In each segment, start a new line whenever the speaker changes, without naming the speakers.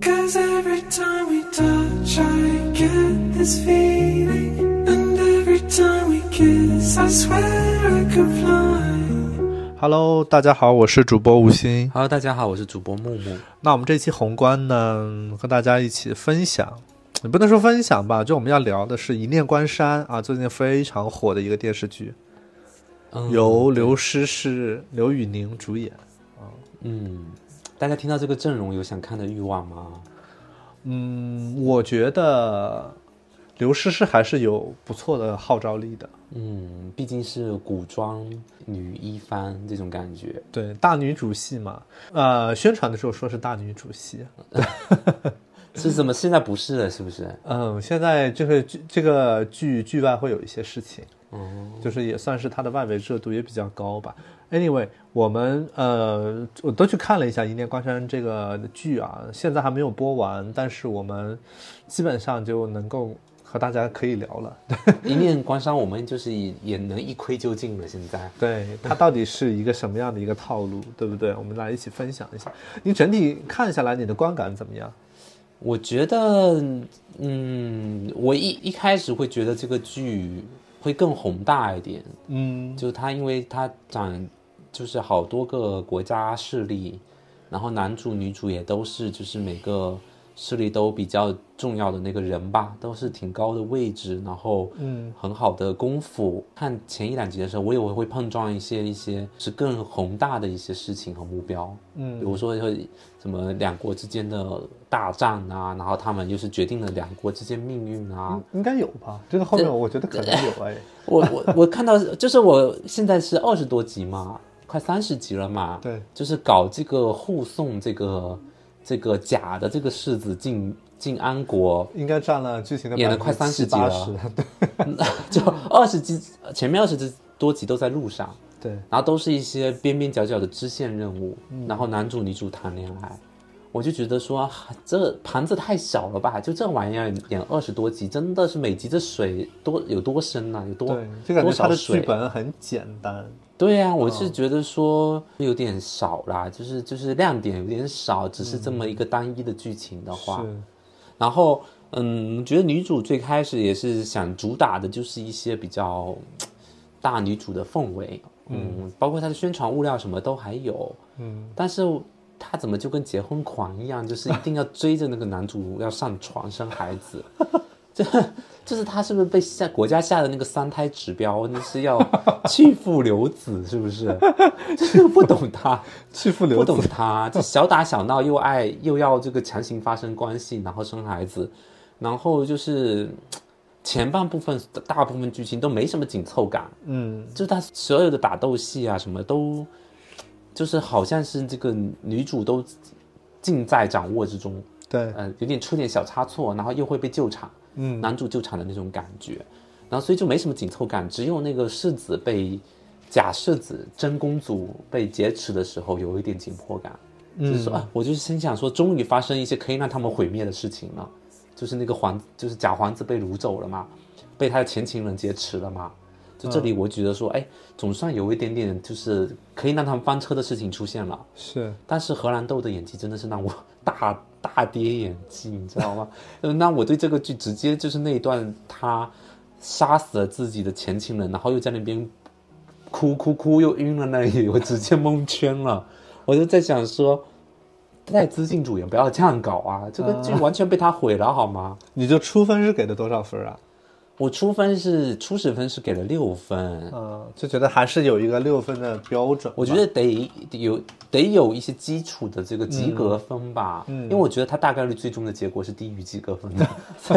Cause every time we touch, I get this feeling. And every time we kiss, I swear I could fly.
Hello，大家好，我是主播吴昕。
Hello，大家好，我是主播木木。
那我们这期宏观呢，和大家一起分享，也不能说分享吧，就我们要聊的是《一念关山》啊，最近非常火的一个电视剧，
嗯
由刘诗诗、刘宇宁主演。
嗯，大家听到这个阵容有想看的欲望吗？
嗯，我觉得刘诗诗还是有不错的号召力的。
嗯，毕竟是古装女一番这种感觉。
对，大女主戏嘛，呃，宣传的时候说是大女主戏，
是怎么？现在不是了，是不是？
嗯，现在这个剧这个剧剧外会有一些事情，
哦，
就是也算是它的外围热度也比较高吧。Anyway，我们呃，我都去看了一下《一念关山》这个剧啊，现在还没有播完，但是我们基本上就能够和大家可以聊了。
一念关山，我们就是也也能一窥究竟了。现在，
对，它到底是一个什么样的一个套路，对不对？我们来一起分享一下。你整体看下来，你的观感怎么样？
我觉得，嗯，我一一开始会觉得这个剧会更宏大一点，
嗯，
就他，因为他展就是好多个国家势力，然后男主女主也都是就是每个势力都比较重要的那个人吧，都是挺高的位置，然后
嗯
很好的功夫。看前一两集的时候，我以为会碰撞一些一些是更宏大的一些事情和目标，
嗯
比如说会什么两国之间的大战啊，然后他们就是决定了两国之间命运啊，
应该有吧？这个后面我觉得可能有 哎。
我我我看到，就是我现在是二十多集嘛，快三十集了嘛，
对，
就是搞这个护送这个这个假的这个世子进进安国，
应该占了剧情的
演了快
百分之七
30集
八
了
十。
就
嗯
二十集前面二十集多集都在路上，
对，
然后都是一些边边角角的支线任务，
嗯
然后男主女主谈恋爱，我就觉得说、啊这盘子太小了吧，就这玩意儿演二十多集，真的是每集这水多有多深呐、有多
对，就感觉
多
他
少
的
水
剧
啊
本很简单。
对呀、我是觉得说有点少啦，就是就是亮点有点少，只是这么一个单一的剧情的话，
是，
然后嗯，觉得女主最开始也是想主打的就是一些比较大女主的氛围，嗯，包括她的宣传物料什么都还有，
嗯，
但是她怎么就跟结婚狂一样，就是一定要追着那个男主要上床生孩子， 这就是她是不是被下国家下的那个三胎指标，那是要弃父留子，是不是？ 就是不懂她，
弃妇
不
留子
懂她，这小打小闹又爱又要这个强行发生关系，然后生孩子，然后就是。前半部分大部分剧情都没什么紧凑感，
嗯，
就是他所有的打斗戏啊，什么都，就是好像是这个女主都尽在掌握之中，
对，
呃，有点出点小差错，然后又会被救场，
嗯
男主救场的那种感觉，然后所以就没什么紧凑感，只有那个世子被假世子真公主被劫持的时候有一点紧迫感，就是说啊，我就是心想说，终于发生一些可以让他们毁灭的事情了，就是那个皇，就是假皇子被掳走了嘛，被他的前情人劫持了嘛。就这里，我觉得说，哎，总算有一点点就是可以让他们翻车的事情出现了。
是，
但是荷兰豆的演技真的是让我 大大跌眼镜，你知道吗？ 呃那我对这个剧直接就是那一段他杀死了自己的前情人，然后又在那边哭哭哭又晕了那里，我直接蒙圈了。 我就在想说，带资进主也不要这样搞啊，这个剧完全被他毁了好吗？
你就初分是给的多少分啊？
我初分是初始分是给了六分，
嗯，就觉得还是有一个六分的标准吧。
我觉得得有得有一些基础的这个及格分吧，
嗯
因为我觉得它大概率最终的结果是低于及格分的，所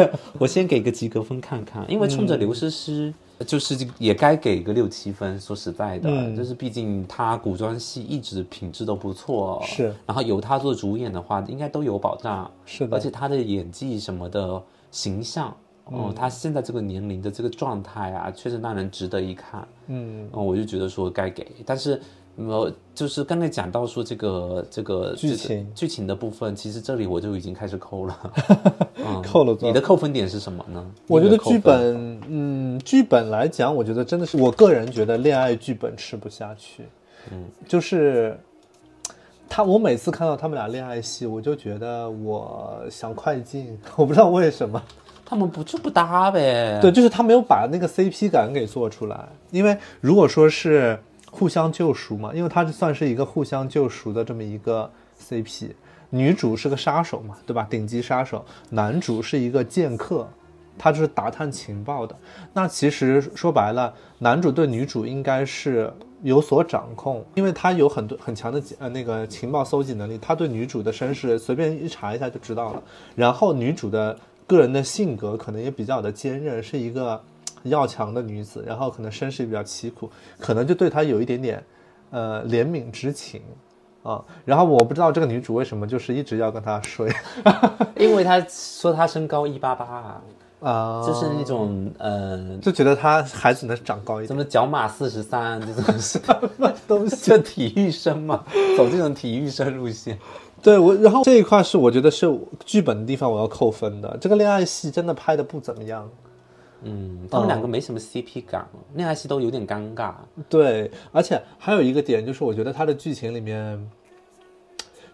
以我先给个及格分看看，因为冲着刘诗诗。就是也该给个六七分，说实在的，
嗯
就是毕竟她古装戏一直品质都不错，
是。
然后由她做主演的话，应该都有保障，
是的
而且她的演技什么的形象，哦、
嗯
她现在这个年龄的这个状态啊，确实让人值得一看。
嗯，
嗯，我就觉得说该给，但是我、呃就是刚才讲到说这个这个
剧
这个
情
剧情的部分，其实这里我就已经开始 扣了，嗯、
扣了多少
你的扣分点是什么呢？
哦我觉
你
得
的扣
剧
分
本，嗯，剧本来讲，我觉得真的是，我个人觉得恋爱剧本吃不下去，嗯，就是他，我每次看到他们俩恋爱戏，我就觉得我想快进，我不知道为什么。
他们不就不搭呗？
对，，就是他没有把那个 CP 感给做出来。因为如果说是互相救赎嘛，因为它算是一个互相救赎的这么一个 CP。女主是个杀手嘛，对吧？顶级杀手。男主是一个剑客，他就是打探情报的。那其实说白了，男主对女主应该是有所掌控，因为他有很多很强的呃那个情报搜集能力，他对女主的身世随便一查一下就知道了。然后女主的个人的性格可能也比较的坚韧，是一个呃要强的女子，然后可能身世也比较凄苦，可能就对她有一点点呃怜悯之情。啊，然后我不知道这个女主为什么就是一直要跟他睡
因为他说他身高一八八，
啊，
就是那种呃，
就觉得她孩子能长高一
什
点，
么脚码四十三这种 是
都
就体育生 嘛，走这种体育生路线。
对我，然后这一块是我觉得是剧本的地方我要扣分的。这个恋爱戏真的拍的不怎么样，
嗯，他们两个没什么 CP 感，恋爱戏都有点尴尬。
对，而且还有一个点就是，我觉得它的剧情里面，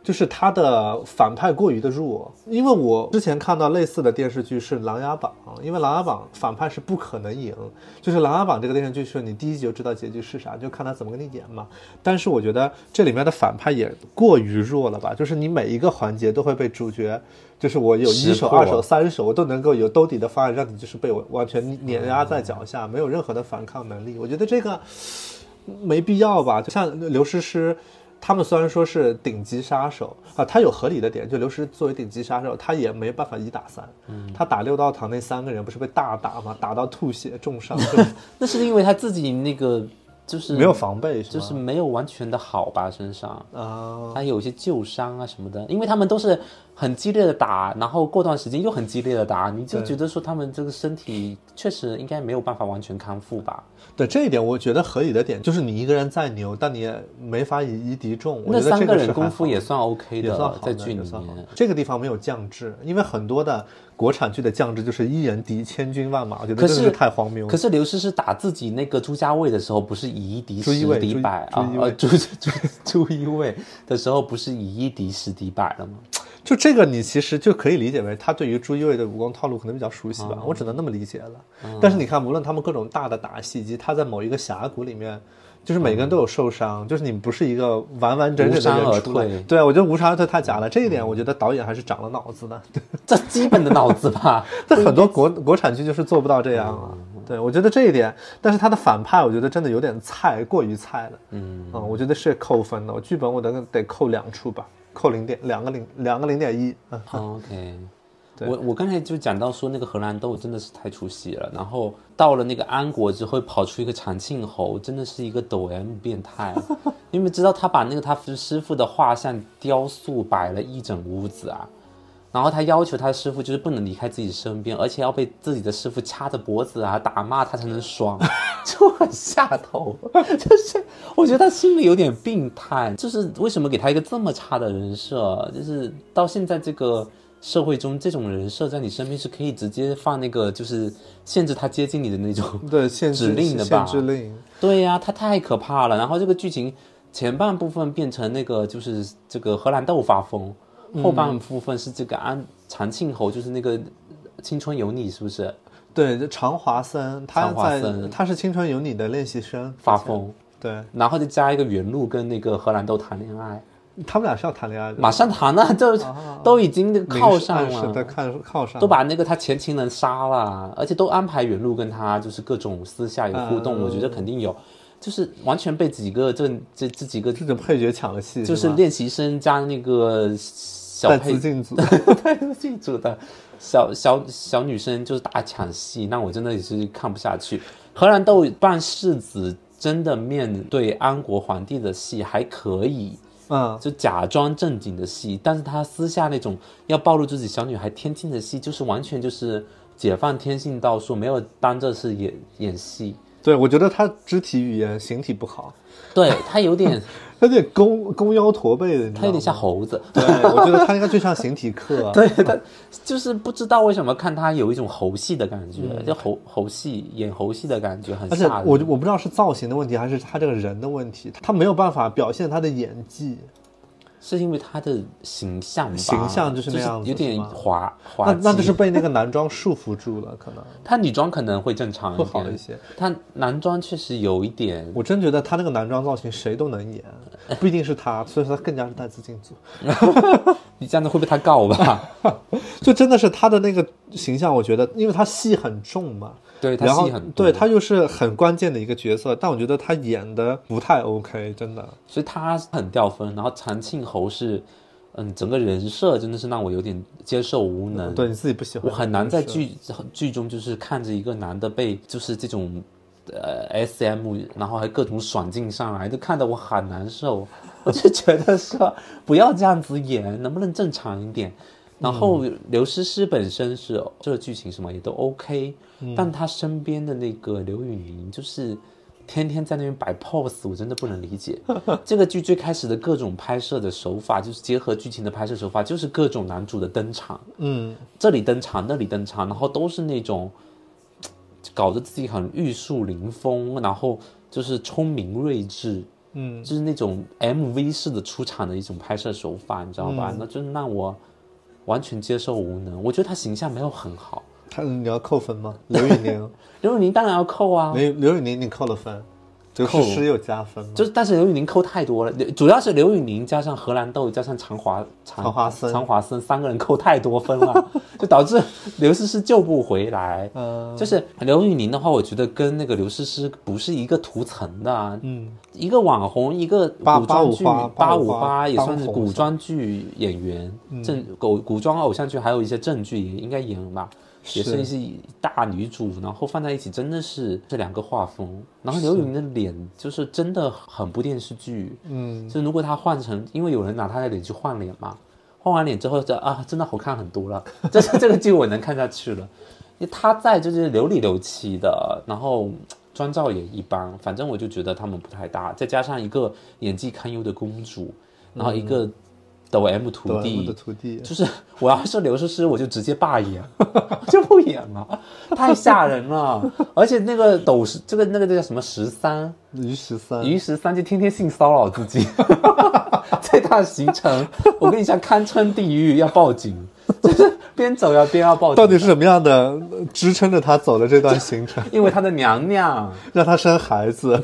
就是它的反派过于的弱。因为我之前看到类似的电视剧是《琅琊榜》，因为《琅琊榜》反派是不可能赢，就是《琅琊榜》这个电视剧是你第一集就知道结局是啥，就看他怎么跟你演嘛。但是我觉得这里面的反派也过于弱了吧，就是你每一个环节都会被主角。就是我有一
识
手、
破
二手、三手，我都能够有兜底的方案，让你就是被我完全碾压在脚下，没有任何的反抗能力。我觉得这个没必要吧？就像刘诗诗，他们虽然说是顶级杀手啊，他有合理的点，就刘诗诗作为顶级杀手，他也没办法一打三。嗯，他打六道堂那三个人不是被大打吗？打到吐血重 伤，就
那是因为他自己那个就是
没有，防备，是
就
吗？
是没有完全的好吧，身上
啊、
他有一些旧伤啊什么的。因为他们都是很激烈的打，然后过段时间又很激烈的打，你就觉得说他们这个身体确实应该没有办法完全康复吧。
对这一点，我觉得合理的点就是你一个人再牛，但你也没法以一敌众。我
那
觉得
三
这
个
个是
人
还
功夫
好
也算 OK
也算
的
好，
在
的
剧
也
里
算好
面
的。这个地方没有降智，因为很多的国产剧的降智就是一人敌千军万马，我觉得
可
真的
是
太荒谬了。
可是刘诗诗打自己那个朱家卫的时候，不是以一敌
朱
十
一卫
敌
朱一
百啊
朱一？
呃，
卫
朱朱朱一卫的时候，不是以一敌十敌百了吗？
就这个，你其实就可以理解为他对于朱一卫的武功套路可能比较熟悉吧，
嗯
我只能那么理解了。但是你看，无论他们各种大的打戏，以及他在某一个峡谷里面，就是每个人都有受伤，就是你不是一个完完整整的
嗯无伤
人
而
出来
退。嗯
对，我觉得无伤而退太假了，这一点我觉得导演还是长了脑子的。
这基本的脑 子吧。
但很多国国产剧就是做不到这样啊。
嗯
对，我觉得这一点，但是他的反派，我觉得真的有点菜，过于菜了。嗯，啊、我觉得是扣分的。我剧本我得得扣两处吧，扣零点，两个零，两个零点一。嗯，
哦 OK，我我刚才就讲到说那个荷兰豆真的是太出戏了，然后到了那个安国之后跑出一个长庆侯，真的是一个抖 M 变态。 你们知道他把那个他师傅的画像雕塑摆了一整屋子啊，然后他要求他师傅就是不能离开自己身边，而且要被自己的师傅掐着脖子啊打骂他才能爽， 就很下头。 就是我觉得他心里有点病态，就是为什么给他一个这么差的人设？就是到现在这个社会中，这种人设在你身边是可以直接放那个就是限制他接近你的那种。
对，限
指
制
令的
限
吧
制令。
对呀、他太可怕了。然后这个剧情前半部分变成那个就是这个荷兰豆发疯，
嗯
后半部分是这个安长庆侯，就是那个青春有你是不是
对，常华森，他
常华
在
森
他是《青春有你》的练习生，
发疯？
对
然后再加一个原路跟那个荷兰豆谈恋爱，
他们俩是要谈恋爱的，
马上谈了，就都已经那个靠上
啊明示暗示对，
了。啊
看靠上了
都把那个他前情人杀了，而且都安排原路跟他就是各种私下有互动，
嗯
我觉得肯定有，就是完全被几个这这这几个
这种配角抢了戏，
就是
吧
练习生加那个小
带
配
资进组。
带入进组的小小小女生就是大抢戏，那我真的也是看不下去。荷兰豆扮世子真的面对安国皇帝的戏还可以，
嗯，
就假装正经的戏，但是他私下那种要暴露自己小女孩天性的戏，就是完全就是解放天性到说没有当这是演演戏，
对，我觉得他肢体语言、形体不好，
对他 有点
他有点弓弓腰驼背的，你知道吗
他有点像猴子。
对，我觉得他应该去上形体课。
对他就是不知道为什么看他有一种猴戏的感觉，就猴猴戏演猴戏的感觉很
嗯而且
吓人。
我我不知道是造型的问题，还是他这个人的问题，他没有办法表现他的演技。
是因为他的形象吧，
形象就是那样子
有点
是吗
滑滑
那
稽。
那就是被那个男装束缚住了，可能
他女装可能会正常
会
一
好一
点，
些。
他男装确实有一点，
我真觉得他那个男装造型谁都能演，不一定是他，所以说他更加是带资进组。
你这样子会被他告 吧？
就真的是他的那个形象，我觉得，因为他戏很重嘛，
对他
然后
戏很多
对他又是很关键的一个角色，但我觉得他演的不太 OK，真的。
所以他很掉分。然后长庆侯是，嗯，整个人设真的是让我有点接受无能。
对你自己不喜欢，
我很难在
是
剧剧中就是看着一个男的被就是这种呃 SM，然后还各种爽劲上来，就看得我很难受。我就觉得说不要这样子演，能不能正常一点？然后
嗯
刘诗诗本身是这个剧情什么也都 OK，、但
嗯
她身边的那个刘宇宁就是。天天在那边摆 pose，我真的不能 理解。这个剧最开始的各种拍摄的手法，就是结合剧情的拍摄手法，就是各种男主的登场，
嗯，
这里登场，那里登场，然后都是那种嘖搞得自己很玉树临风，然后就是聪明睿智，
嗯，
就是那种 MV 式的出场的一种拍摄手法，你知道吧？那就是让我完全接受无能。我觉得他形象没有很好，
他你要扣分吗？刘宇 宁，
刘宇宁当然要扣啊，
刘刘宇宁你扣了分，刘诗诗有加分吗？
就是但是刘宇宁扣太多了，刘主要是刘宇宁加上荷兰豆加上常华常
常华森
常华森三个人扣太多分 了，就导致刘诗诗救不回来。
嗯
就是刘宇宁的话，我觉得跟那个刘诗诗不是一个涂层的、啊，
嗯，
一个网红，一个
八
古装剧
八五花
八
八
五
五
花
花
也
当
算是
红
古
是吧
装剧演员，正古古装偶像剧还有一些正剧也应该演了吧。也是
是
一些大女主，然后放在一起真的是这两个画风。然后刘宇宁的脸就是真的很不电视剧，
嗯，
就如果她换成，因为有人拿她的脸去换脸嘛，换完脸之后就啊，真的好看很多了。 这是这个剧我能看下去了。她在就是流里流气的，然后妆造也一般，反正我就觉得他们不太搭。再加上一个演技堪忧的公主，然后一个抖 M 徒
哆啦 A
弟
梦嗯的，徒弟，
就是我要是刘诗诗，我就直接罢演， 我就不演了，太吓人了。而且那个抖十，这个那个叫什么十三，
于十三，
于十三就天天性骚扰自己， 这趟行程，我跟你讲，堪称地狱，要报警，就是边走要边要报警。
到底是什么样的呃支撑着他走了这段行程，
因为他的娘娘
让他生孩子？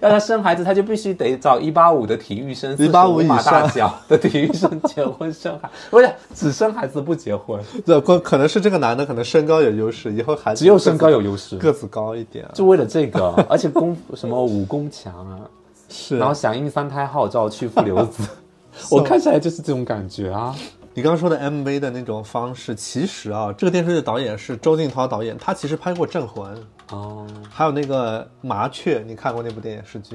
要他生孩子，他就必须得找一八五的体育生，
185
45码
以上
大脚的体育生结婚生孩，不是只生孩子不结婚，
这可可能是这个男的，可能身高有优势，以后孩子
只有身高有优势。
个子高一点，啊
就为了这个，而且功夫什么武功强啊，
是
然后响应三胎号召去赴刘 子，我看起来就是这种感觉啊。
你刚刚说的 MV 的那种方式，其实啊，这个电视剧的导演是周静涛导演，他其实拍过《镇魂》，
哦，
还有那个《麻雀》，你看过那部电视剧？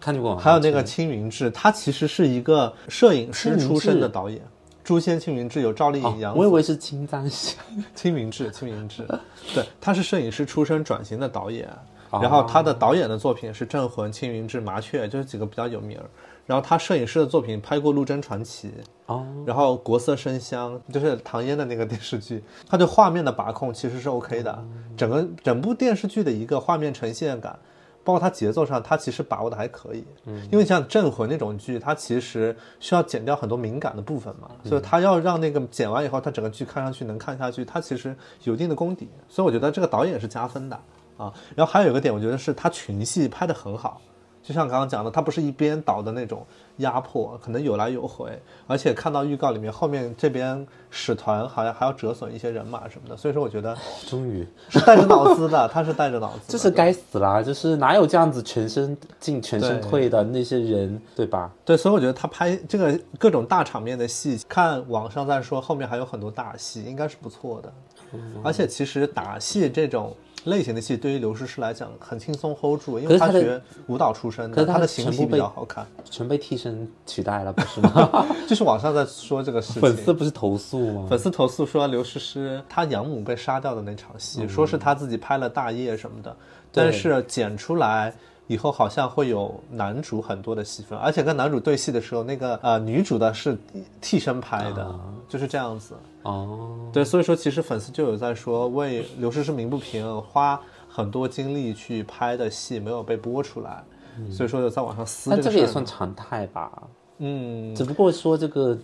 看哦过吗？
还有那个青云志，他其实是一个摄影师
青云志
出身的导演，《诛仙青云志》有赵丽颖、
哦
杨，紫
我以为是青藏线。
青云志， 青云志，对，他是摄影师出身转型的导演，然后他的导演的作品是《镇魂》《青云志》《麻雀》，就是几个比较有名儿。然后他摄影师的作品拍过《陆贞传奇》，
哦，
然后《国色生香》就是唐嫣的那个电视剧，他对画面的把控其实是 OK 的，整个整部电视剧的一个画面呈现感，包括它节奏上，它其实把握的还可以。因为像《镇魂》那种剧，它其实需要剪掉很多敏感的部分嘛，所以它要让那个剪完以后，它整个剧看上去能看下去，它其实有一定的功底，所以我觉得这个导演是加分的啊。然后还有一个点，我觉得是他群戏拍得很好。就像刚刚讲的，它不是一边倒的那种压迫，可能有来有回，而且看到预告里面后面这边使团好像还要折损一些人马什么的，所以说我觉得
终于，
是带着脑子的，他是带着脑子的，
就是该死啦！就是哪有这样子全身进全身
对
退的那些人，对吧？
对，所以我觉得他拍这个各种大场面的戏，看网上在说后面还有很多大戏，应该是不错的。
嗯
而且其实打戏这种类型的戏，对于刘诗诗来讲很轻松 hold 住，因
可
为
是她
她
的
学舞蹈出身
可
的，
是她
她的
的
形
全
体
部
比较
被
好看。
全被替身取代了，不是吗？
就是网上在说这个事情，
粉丝不是投诉吗？
粉丝投诉说刘诗诗她养母被杀掉的那场戏，说是她自己拍了大夜什么的，
对
但是剪出来以后好像会有男主很多的戏份，而且跟男主对戏的时候，那个呃女主的是替身拍的，就是这样子。
哦，
啊对，所以说其实粉丝就有在说为刘诗诗鸣不平，花很多精力去拍的戏没有被播出来，所以说有在网上撕
但
嗯这
这
个事
个也
儿。
算常态吧。
嗯，
只不过说这个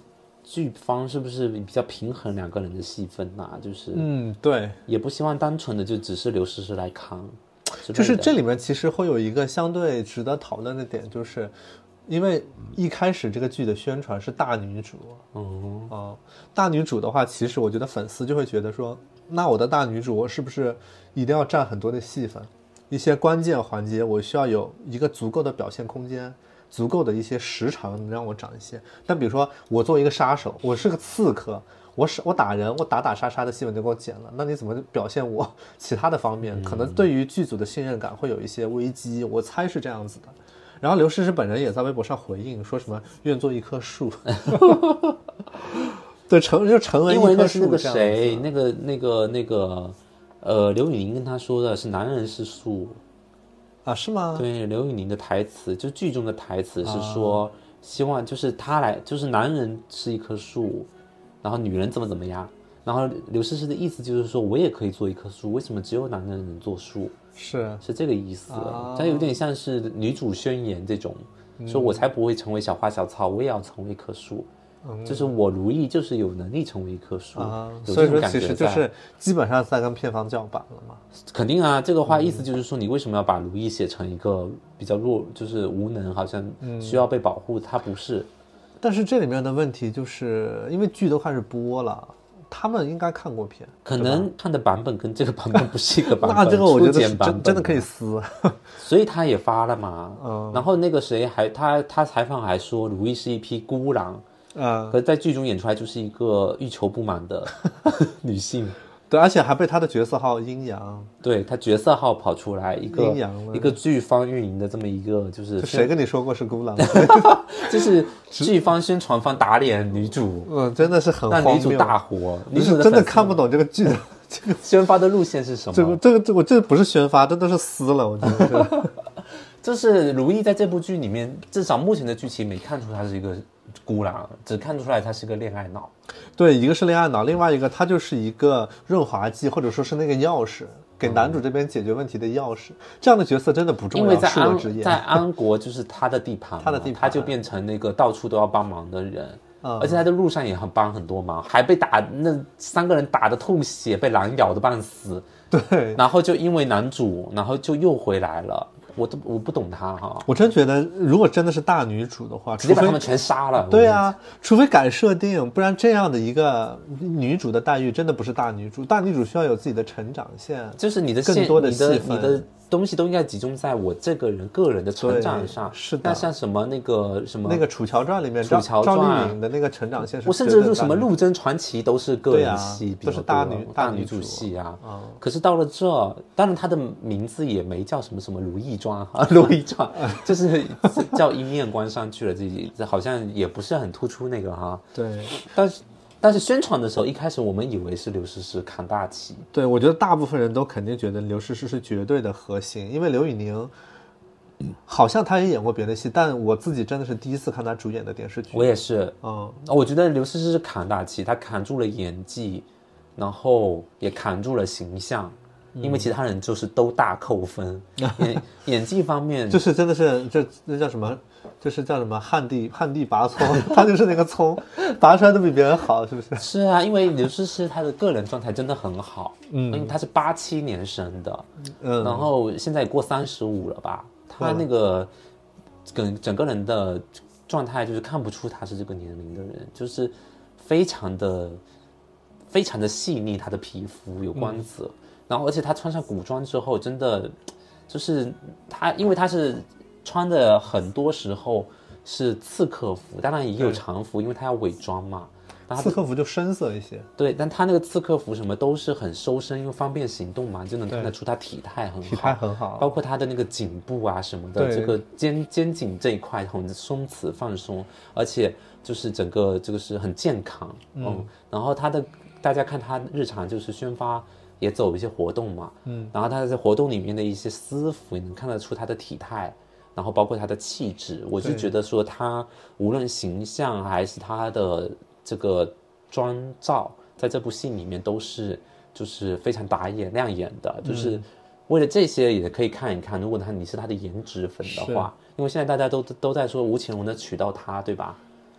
剧方是不是比较平衡两个人的戏份呐、就是
嗯，对，
也不希望单纯的就只是刘诗诗来扛之类的，
就是这里面其实会有一个相对值得讨论的点，就是因为一开始这个剧的宣传是大女主
嗯
啊、大女主的话，其实我觉得粉丝就会觉得说，那我的大女主我是不是一定要占很多的戏份？一些关键环节我需要有一个足够的表现空间，足够的一些时长能让我长一些。但比如说我作为一个杀手，我是个刺客。我是我打人，我打打杀杀的戏份就给我剪了，那你怎么表现我 其他的方面？可能对于剧组的信任感会有一些危机，我猜是这样子的。然后刘诗诗本人也在微博上回应说什么“愿做一棵 树”， 对，成就成为
因为
一
那
棵
是那
树
个
这样
谁，
子。啊
那个那个那个，呃，刘宇宁跟他说的是“男人是树
啊，是”，吗？
对，刘宇宁的台词就剧中的台词是
啊
说，希望就是他来，就是男人是一棵树，然后女人怎么怎么样，然后刘诗诗的意思就是说我也可以做一棵树，为什么只有男人能做树？
是，
是这个意思
啊，嗯
它有点像是女主宣言这种，说我才不会成为小花小草，我也要成为一棵树，就是我如意，就是有能力成为一棵树
嗯啊，，
有
所
这
以
种
说
感
其
觉
实就
在。
是基本上在跟片方叫板了嘛。
肯定啊，这个
嗯
话意思就是说，你为什么要把如意写成一个比较弱，就是无能，好像需要被保护，他不是，
但是这里面的问题就是因为剧都开始播了，他们应该看过片，
可能看的版本跟这个版本不是一个版 本，
那这个我觉得
初剪
是
版
真
本
真的
啊
可以嗯撕。
所以他也发了嘛。然后那个谁还他他采访还说，如意是一匹孤狼，
嗯，
可是在剧中演出来就是一个欲求不 满的女性，
对，而且还被他的角色号阴阳，
对她角色号跑出来一个
阴阳了
一个剧方运营的这么一个就是
就谁跟你说过是孤狼？
就是剧方宣传方打脸女主，
嗯，真的是很
让
荒
女主
谬。
大火，女
就
主
是真
的
的
粉丝啊
看不懂这个剧的这个
宣发的路线是什
这个
么？
这个这个我这不是宣发，这都是撕了，我觉得这个。
就是如懿在这部剧里面，至少目前的剧情没看出她是一个孤狼，只看出来她是个恋爱脑。
对，一个是恋爱脑，另外一个它就是一个润滑剂，或者说是那个钥匙，给男主这边解决问题的钥匙。这样的角色真的不重
因为
要，
在
是我职
安
业。
在安国就是他的地盘嘛，
他的地盘啊嗯
他就变成那个到处都要帮忙的人，而且他在路上也很帮很多忙，还被打那三个人打的吐血，被狼咬的半死，
对，
然后就因为男主，然后就又回来了，我都我不懂他哈，
我真觉得，如果真的是大女主的话，除
直接把他
非
们全杀了，
对啊，除非改设定，不然这样的一个女主的待遇真的不是大女主。大女主需要有自己的成长线
我，，就是你的
更
线
多的
你的
戏份
你的东西都应该集中在我这个人个人的成长上，
对是的
那像什么那个什么
那个《楚乔传》里面
楚
赵
乔
赵
传
丽颖的那个成长线是
我甚
绝
至
对
入什
大
么
女
《陆贞传奇》都是个
对
人
啊
戏比
都
较多，
是大女
大
大女
主
主嗯
戏啊。可是到了这，当然她的名字也没叫什么什么《如懿传》哈，《 如懿传》就是叫一面关上去了，自己好像也不是很突出那个哈。
对
但是但是宣传的时候，一开始我们以为是刘诗诗扛大旗，
对，我觉得大部分人都肯定觉得刘诗诗是绝对的核心，因为刘宇宁。好像她也演过别的戏，但我自己真的是第一次看她主演的电视剧。
我也是，
嗯，
哦我觉得刘诗诗是扛大旗，她扛住了演技，然后也扛住了形象，因
嗯
为其他人就是都大 扣分。演演技方面，
就是真的是这那叫什么，就是叫什么旱地旱地拔葱， 她就是那个葱，拔出来都比别人好，是不是？
是啊，因为刘诗诗她的个人状态真的很好，嗯，因为她是八七年生的，
嗯
然后现在也过三十五了吧，她那个整整个人的状态就是看不出她是这个年龄的人，就是非常的非常的细腻，她的皮肤有光泽，然后而且她穿上古装之后，真的就是她，因为她是穿的很多时候是刺客服，当然也有常服，因为她要伪装嘛。然后她
刺客服就深色一些。
对，但他那个刺客服什么都是很收身，因为方便行动嘛，就能看得出他体态很好，
体态很好
包括他的那个颈部啊什么的，
对
这个肩肩颈这一块很松弛放松，而且就是整个这个是很健康，嗯，然后他的大家看他日常就是宣发。也走一些活动嘛，嗯，然后他在活动里面的一些私服，也能看得出他的体态，然后包括他的气质，我就
对
觉得说他无论形象还是他的这个妆造，在这部戏里面都是就是非常打眼亮眼的，就是为了这些也可以看一看。如果他你是他的颜值粉的话，因为现在大家都都在说吴奇隆能娶到她，对吧？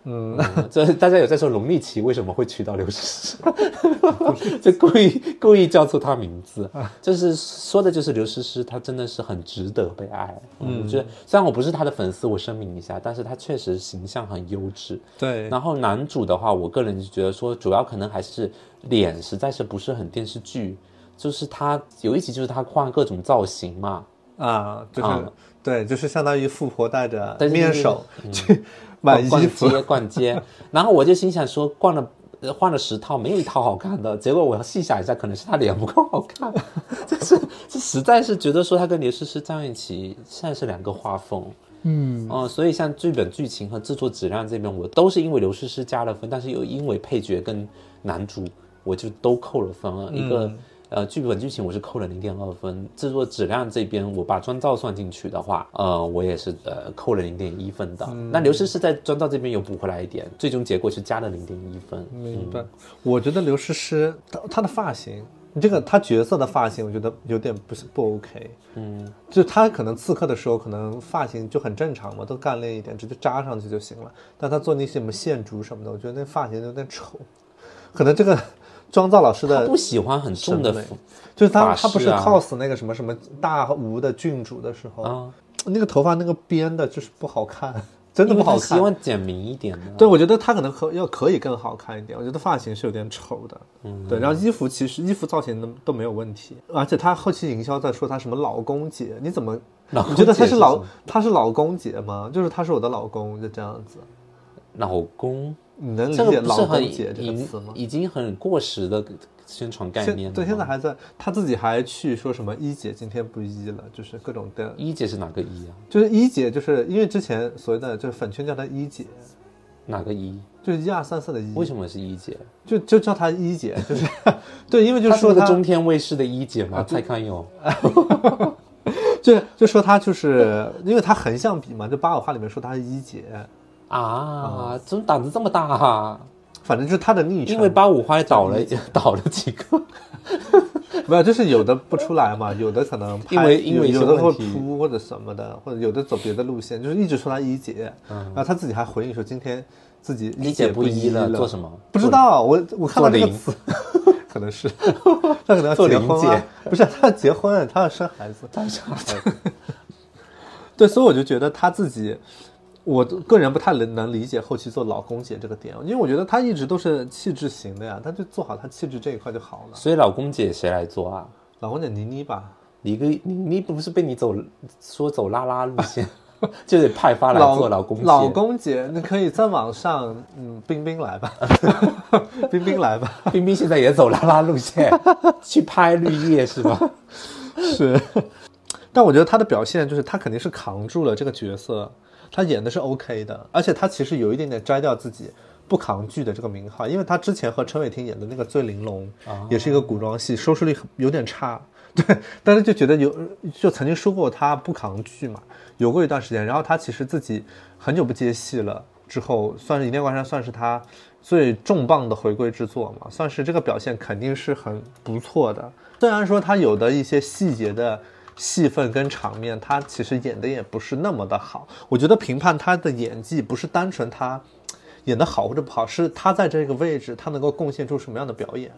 嗯，
这大家有在说龙力奇为什么会去到流石市， 就故意故意叫错他名字，
啊
就是说的就是刘诗诗，她真的是很值得被爱。嗯，我觉得虽然我不是她的粉丝，我声明一下，但是她确实形象很优质。
对，
然后男主的话，我个人就觉得说，主要可能还是脸实在是不是很电视剧，就是他有一集就是他换各种造型嘛，
啊，就是、
啊
对，就是相当于富婆带着
对对
面
对
首去买
逛
衣服，
街逛街，然后我就心想说，逛了呃换了十套，没有一套好看的。结果我细想一下，可能是他脸不够好看， 就是这实在是觉得说他跟刘诗诗、张雨绮算是两个画风。嗯所以像剧本、剧情和制作质量这边，我都是因为刘诗诗加了分，但是又因为配角跟男主，我就都扣了分了。一
嗯
个呃，剧本剧情我是扣了零点二分，制作质量这边我把妆造算进去的话，呃，我也是呃扣了零点一分的。
嗯
那刘诗诗在妆造这边有补回来一点，最终结果是加了零点一分。
明白。我觉得刘诗诗她她的发型，这个她角色的发型，我觉得有点不是不 OK。嗯，就她可能刺客的时候，可能发型就很正常嘛，都干练一点，直接扎上去就行了。但她做那些什么线竹什么的，我觉得那发型有点丑。可能这个 妆造老师
他
的
不喜欢很重的
审美
服
就是他
法
他不是
式啊
cos 那个什么什么大吴的郡主的时候，
啊，
那个头发那个编的就是不好看，真的不好
因为他
看
希。望减明一点的。
对，我觉得他可能可要可以更好看一点。我觉得发型是有点丑的，嗯，对。然后衣服其实衣服造型都都没有问题，而且他后期营销在说他什么老公姐，你怎么
老
你觉得
公
他
姐
是
是
老
什么
他是老公姐吗？就是他是我的老公，就这样子。
老公，
你能理
这
解
个不是
老
很
公姐这个
已
词吗？
已经很过时的宣传概念了
现
吗。
对，现在还在，他自己还去说什么一姐今天不一了，就是各种的，
一姐是哪个一啊？
就是一姐，就是因为之前所谓的就是粉圈叫她一姐，
哪个一？
就是一二三四的一，
为什么是一姐？
就就叫她一姐，就是对，因为就
她
说啊
是那个
她
中天卫视的一姐吗？蔡康永
就就说她就是因为她横向比嘛，就八五话里面说她是一姐，
啊，怎么胆子这么大啊？
反正就是她的昵称，
因为八五花倒了 倒了几个，
没有，就是有的不出来嘛，有的可能拍
因为因为一
有
些
有的会
问题
扑或者什么的，或者有的走别的路线，就是一直说她一姐，然后她自己还回应说今天自己
理
姐
解不
一
嗯一了，做
么？
什么？
不知道，我我看到这
做
个
零
词， 可能是她可能要
做
结
零
婚啊，不是她要结婚，她要生孩子，
做啥？
对，所以我就觉得她自己，我个人不太能能理解后期做老公姐这个点，因为我觉得她一直都是气质型的呀，她就做好她气质这一块就好了。
所以老公姐谁来做啊？
老公姐倪妮吧，
你个你你不是被你走说走拉拉路线， 就得派发来做老公姐。
老公姐，你可以再往上，嗯，冰冰来 吧，冰冰来吧，
冰冰现在也走拉拉路线，去拍绿叶是吧？
是。但我觉得她的表现就是她肯定是扛住了这个角色，她演的是 OK 的，而且她其实有一点点摘掉自己不扛剧的这个名号，因为她之前和陈伟霆演的那个《醉玲珑》也是一个古装戏，收视率很有点差，对， 但是就觉得有就曾经说过她不扛剧嘛，有过一段时间，然后她其实自己很久不接戏了，之后算是《一念关山》算是她最重磅的回归之作嘛，算是这个表现肯定是很不错的，虽然说她有的一些细节的。戏份跟场面，她其实演的也不是那么的好。我觉得评判她的演技不是单纯她演的好或者不好，是她在这个位置她能够贡献出什么样的表演，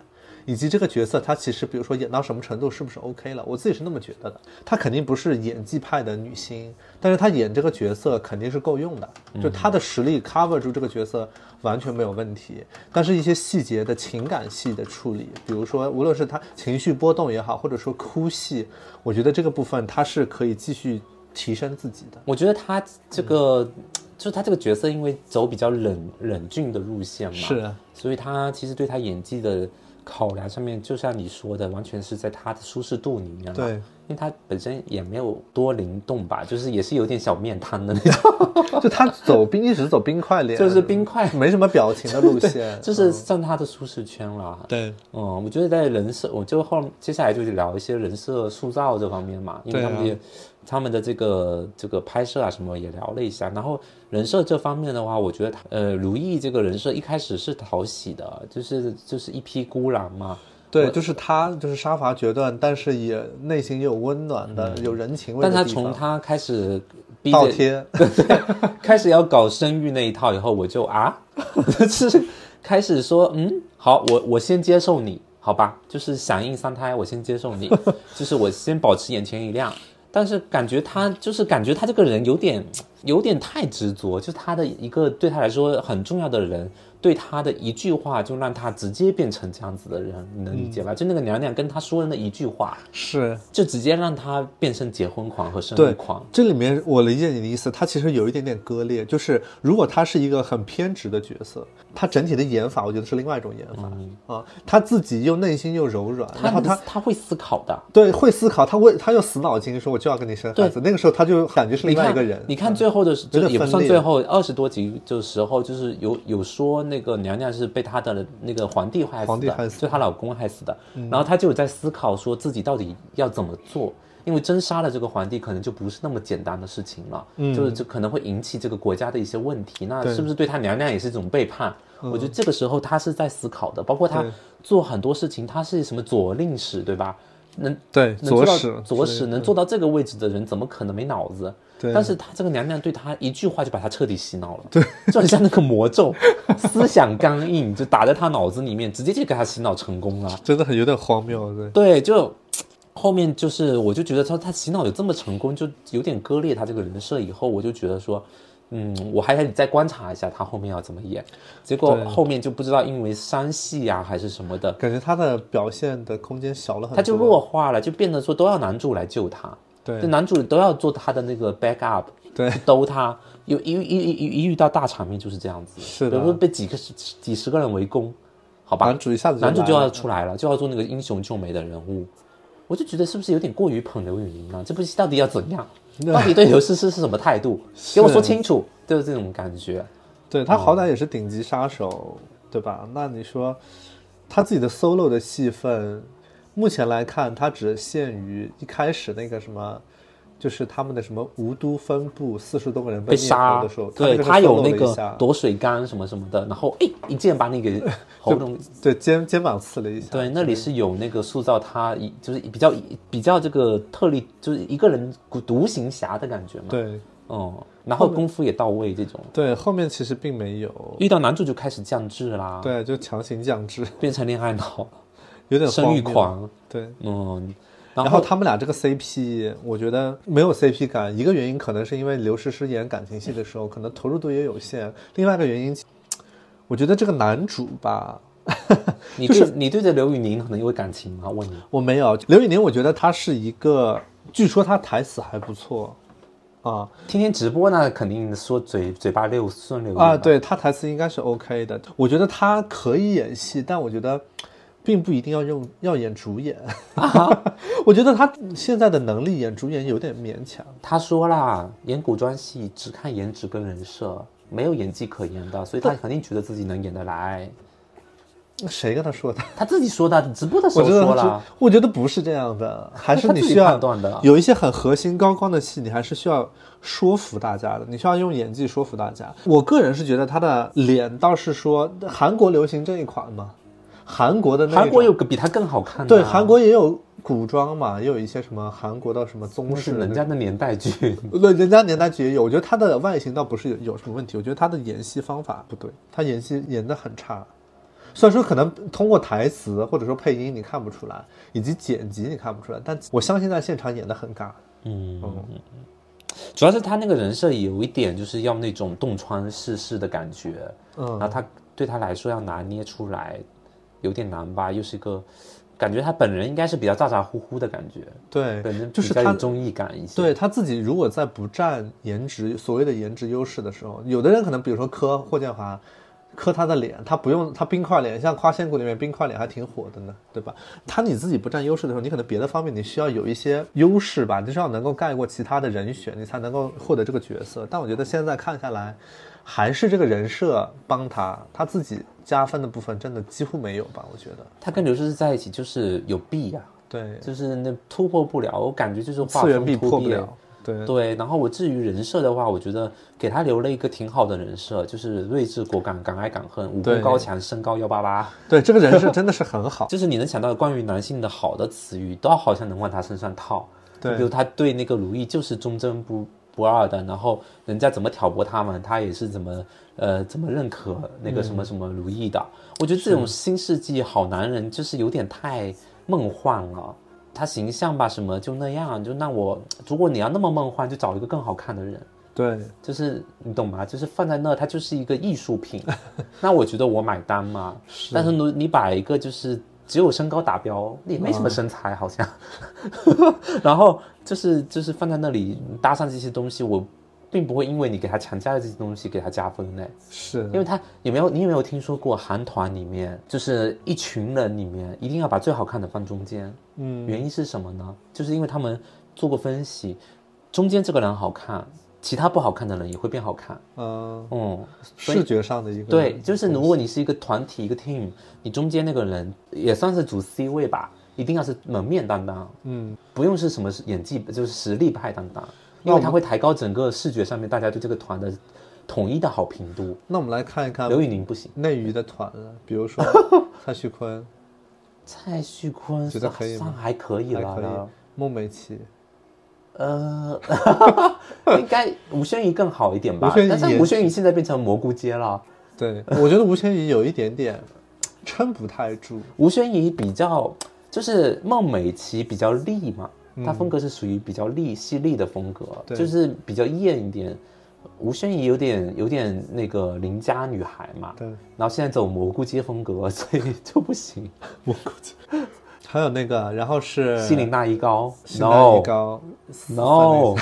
以及这个角色她其实比如说演到什么程度是不是 OK 了。我自己是那么觉得的。她肯定不是演技派的女星，但是她演这个角色肯定是够用的，就她的实力 cover 住这个角色完全没有问题。但是一些细节的情感戏的处理，比如说无论是她情绪波动也好，或者说哭戏，我觉得这个部分她是可以继续提升自己的。
我觉得他这个，就是他这个角色，因为走比较冷冷峻的路线嘛，
是，
所以他其实对他演技的考量上面，就像你说的，完全是在他的舒适度里面嘛。
对
因为他本身也没有多灵动吧，就是也是有点小面瘫的那 种，
就她走冰一直走冰块脸，
就是冰块，
没什么表情的路线，
就是算他的舒适圈啦。
对
嗯，我觉得在人设，我就后接下来就是聊一些人设塑造这方面嘛，因为
对啊
他们也、他们的这个这个拍摄啊什么也聊了一下。然后人设这方面的话，我觉得他呃如意这个人设一开始是讨喜的，就是就是一匹孤狼嘛，
对，就是她就是杀嗯伐决断，但是也内心也有温暖的，有人情味
但
的
他
地
从
方。
他开始逼
倒
着
贴，
开始要搞生育那一套以后，我就啊， 就是开始说，嗯，好，我我先接受你，好吧，就是响应三胎，我先接受你， 就是我先保持眼前一亮。但是感觉他就是感觉他这个人有点有点太执着，就他的一个对他来说很重要的人，对他的一句话就让他直接变成这样子的人，你能理解
嗯
吧？就那个娘娘跟他说的那一句话，
是
就直接让他变成结婚狂和生育
对
嗯狂。
这里面我理解你的意思，他其实有一点点割裂，就是如果他是一个很偏执的角色，他整体的演法我觉得是另外一种演法、啊，他自己又内心又柔软，然后
嗯他
他。
他会思考的，
对，会思考，他会，他又死脑筋，说我就要跟你生孩子。那个时候他就感觉是
你
另外
看
一个人。嗯
你看最后的时，
有
就
点
也不
分
算
裂
最后二十多集的时候，就是有有说那个娘娘是被她的那个皇帝害死的，
皇帝害死嗯
就她老公害死的。然后她就有在思考说自己到底要怎么做，因为真杀了这个皇帝，可能就不是那么简单的事情了，就是就可能会引起这个国家的一些问题。那
嗯对嗯
是不是对她娘娘也是一种背叛？我觉得这个时候她是在思考的，包括她
对
做很多事情，她是什么左令史对吧？能
对
能做
左
到
使
左使能做到这个位置的人，怎么可能没脑子？
对
但是他这个娘娘对他一句话就把他彻底洗脑了，对，就很像那个魔咒， 思想刚硬，就打在他脑子里面，直接就给他洗脑成功了。
真的很有点荒谬，对。
对，就后面就是，我就觉得他他洗脑有这么成功，就有点割裂他这个人设。以后我就觉得说，嗯，我还得再观察一下他后面要怎么演。结果
对
后面就不知道因为删戏呀、还是什么的，
感觉他的表现的空间小了很多，
他就弱化了，就变得说都要男主来救他。
对
就男主都要做他的那个 back up，
对
去兜他。有一一一一遇到大场面就是这样子，
是的
比如说被几个十几十个人围攻，好吧，
男主一下子
男主
来
就
了
要出来了，就要做那个英雄救美的人物。我就觉得是不是有点过于捧刘雨宁啊了？这部戏到底要怎样？到底对刘诗诗是什么态 度？给我说清楚，就是这种感觉。
对
嗯
他好歹也是顶级杀手，对吧？那你说他自己的 solo 的戏份，目前来看，他只限于一开始那个什么，就是他们的什么吴都分部四十多个人灭
被杀
口的时候，，
对
那
他
是
有
solo
那
了一
个
下
夺水缸什么什么的，然后哎一剑把你给 喉咙
对肩肩膀刺了一下，
对，那里是有那个塑造他一就是比较比较这个特例，就是一个人孤独行侠的感觉嘛。，
对
嗯，然后功夫也到位，这种
对，后面其实并没有，
遇到男主就开始降智啦，，
对，就强行降智，
变成恋爱脑、
有点
生
荒
育
谬，
狂，
对。
嗯，
然
然
后
后
他们俩这个 CP，我觉得没有 CP 感，一个原因可能是因为刘诗诗演感情戏的时候，可能投入度也有限；，另外一个原因，我觉得这个男主吧，
你对你对着刘宇宁可能有感情吗？问你，
我没有刘宇宁，我觉得他是一个，据说他台词还不错，啊
天天直播那肯定说嘴嘴巴溜顺溜
啊，，对他台词应该是 OK 的，我觉得他可以演戏，但我觉得。并不一定要用要演主演， 我觉得他现在的能力演主演有点勉强。
他说啦，演古装戏只看颜值跟人设，没有演技可言的，所以他肯定觉得自己能演得来。
谁跟他说的？
他自己说的，直播的时
我
候
觉得
说
他
了
是，，我觉得不是这样的，还是
他
你
自己
需要
判断的
有一些很核心高光的戏，你还是需要说服大家的，你需要用演技说服大家。我个人是觉得他的脸倒是说韩国流行这一款嘛，韩国的那一款
韩国有个比他更好看的、啊
对韩国也有古装嘛，也有一些什么韩国的什么宗
不
室
是人家的年代剧，
对，人家年代剧也有，我觉得他的外形倒不是有有什么问题，我觉得他的演戏方法不对，他演戏演得很差。虽然说可能通过台词或者说配音你看不出来，以及剪辑你看不出来，但我相信在现场演得很尬。
嗯，主要是他那个人设有一点就是要那种洞穿世事的感觉，然后
嗯，
他对他来说要拿捏出来有点难吧，又是一个感觉他本人应该是比较咋咋呼呼的感觉，
对
本人，
就是
比较
他
有综艺感一些，
对他自己如果在不占颜值所谓的颜值优势的时候，有的人可能比如说磕霍建华，磕他的脸，他不用他冰块脸，像《花千骨》里面冰块脸还挺火的呢，对吧？他你自己不占优势的时候，你可能别的方面你需要有一些优势吧，你需要能够盖过其他的人选，你才能够获得这个角色。但我觉得现在看下来，还是这个人设帮他，他自己加分的部分真的几乎没有吧？我觉得，
他跟刘诗诗在一起就是有弊呀、
对，
就是那突破不了，我感觉就是画
次元
风
壁
突
破不
变
了，对
对，然后我至于人设的话，我觉得给他留了一个挺好的人设，就是睿智果敢，敢爱敢恨，武
对
功高强，身高幺八八，
对，这个人设真的是很好。
就是你能想到关于男性的好的词语，都好像能往他身上套。
对
比如他对那个如意就是忠贞不不二的，然后人家怎么挑拨他们，他也是怎么呃怎么认可那个什
嗯
么什么如意的。我觉得这种新世纪好男人就是有点太梦幻了，他形象吧什么就那样，就那我如果你要那么梦幻，就找一个更好看的人。
对，
就是你懂吗？就是放在那，它就是一个艺术品。那我觉得我买单嘛。
是
但是你你把一个就是只有身高达标，你没什么身材好像，然后就是就是放在那里搭上这些东西，我并不会因为你给他强加的这些东西给他加分嘞。
是
因为他有没有你有没有听说过韩团里面就是一群人里面一定要把最好看的放中间，
嗯，
原因是什么呢？就是因为他们做过分析，中间这个人好看，其他不好看的人也会变好看。
嗯、
嗯，所以
视觉上的一个
对，就是如果你是一个团体一个 team，你中间那个人也算是主 C 位吧，一定要是门面担当，
嗯，
不用是什么演技，就是实力派担当，因为他会抬高整个视觉上面大家对这个团的统一的好评度。
那我们来看一看
刘宇宁不行。
内娱的团了，比如 说蔡徐坤
蔡徐坤
觉得可以吗
算啊还可以
还
了
可
啦
以，，孟美岐
呃，应该吴宣仪更好一点吧
吴宣。仪
但是
也
吴宣仪现在变成蘑菇街了，
对，我觉得吴宣仪有一点点撑不太住，
吴宣仪比较就是孟美岐比较丽嘛，她风格是属于比较丽犀利的风格，
嗯对
就是比较艳一点。吴宣仪有点有点那个邻家女孩嘛，
对，
然后现在走蘑菇街风格，所以 就不行。
还有那个，然后是
西林娜依高
西南一
，no
高
no，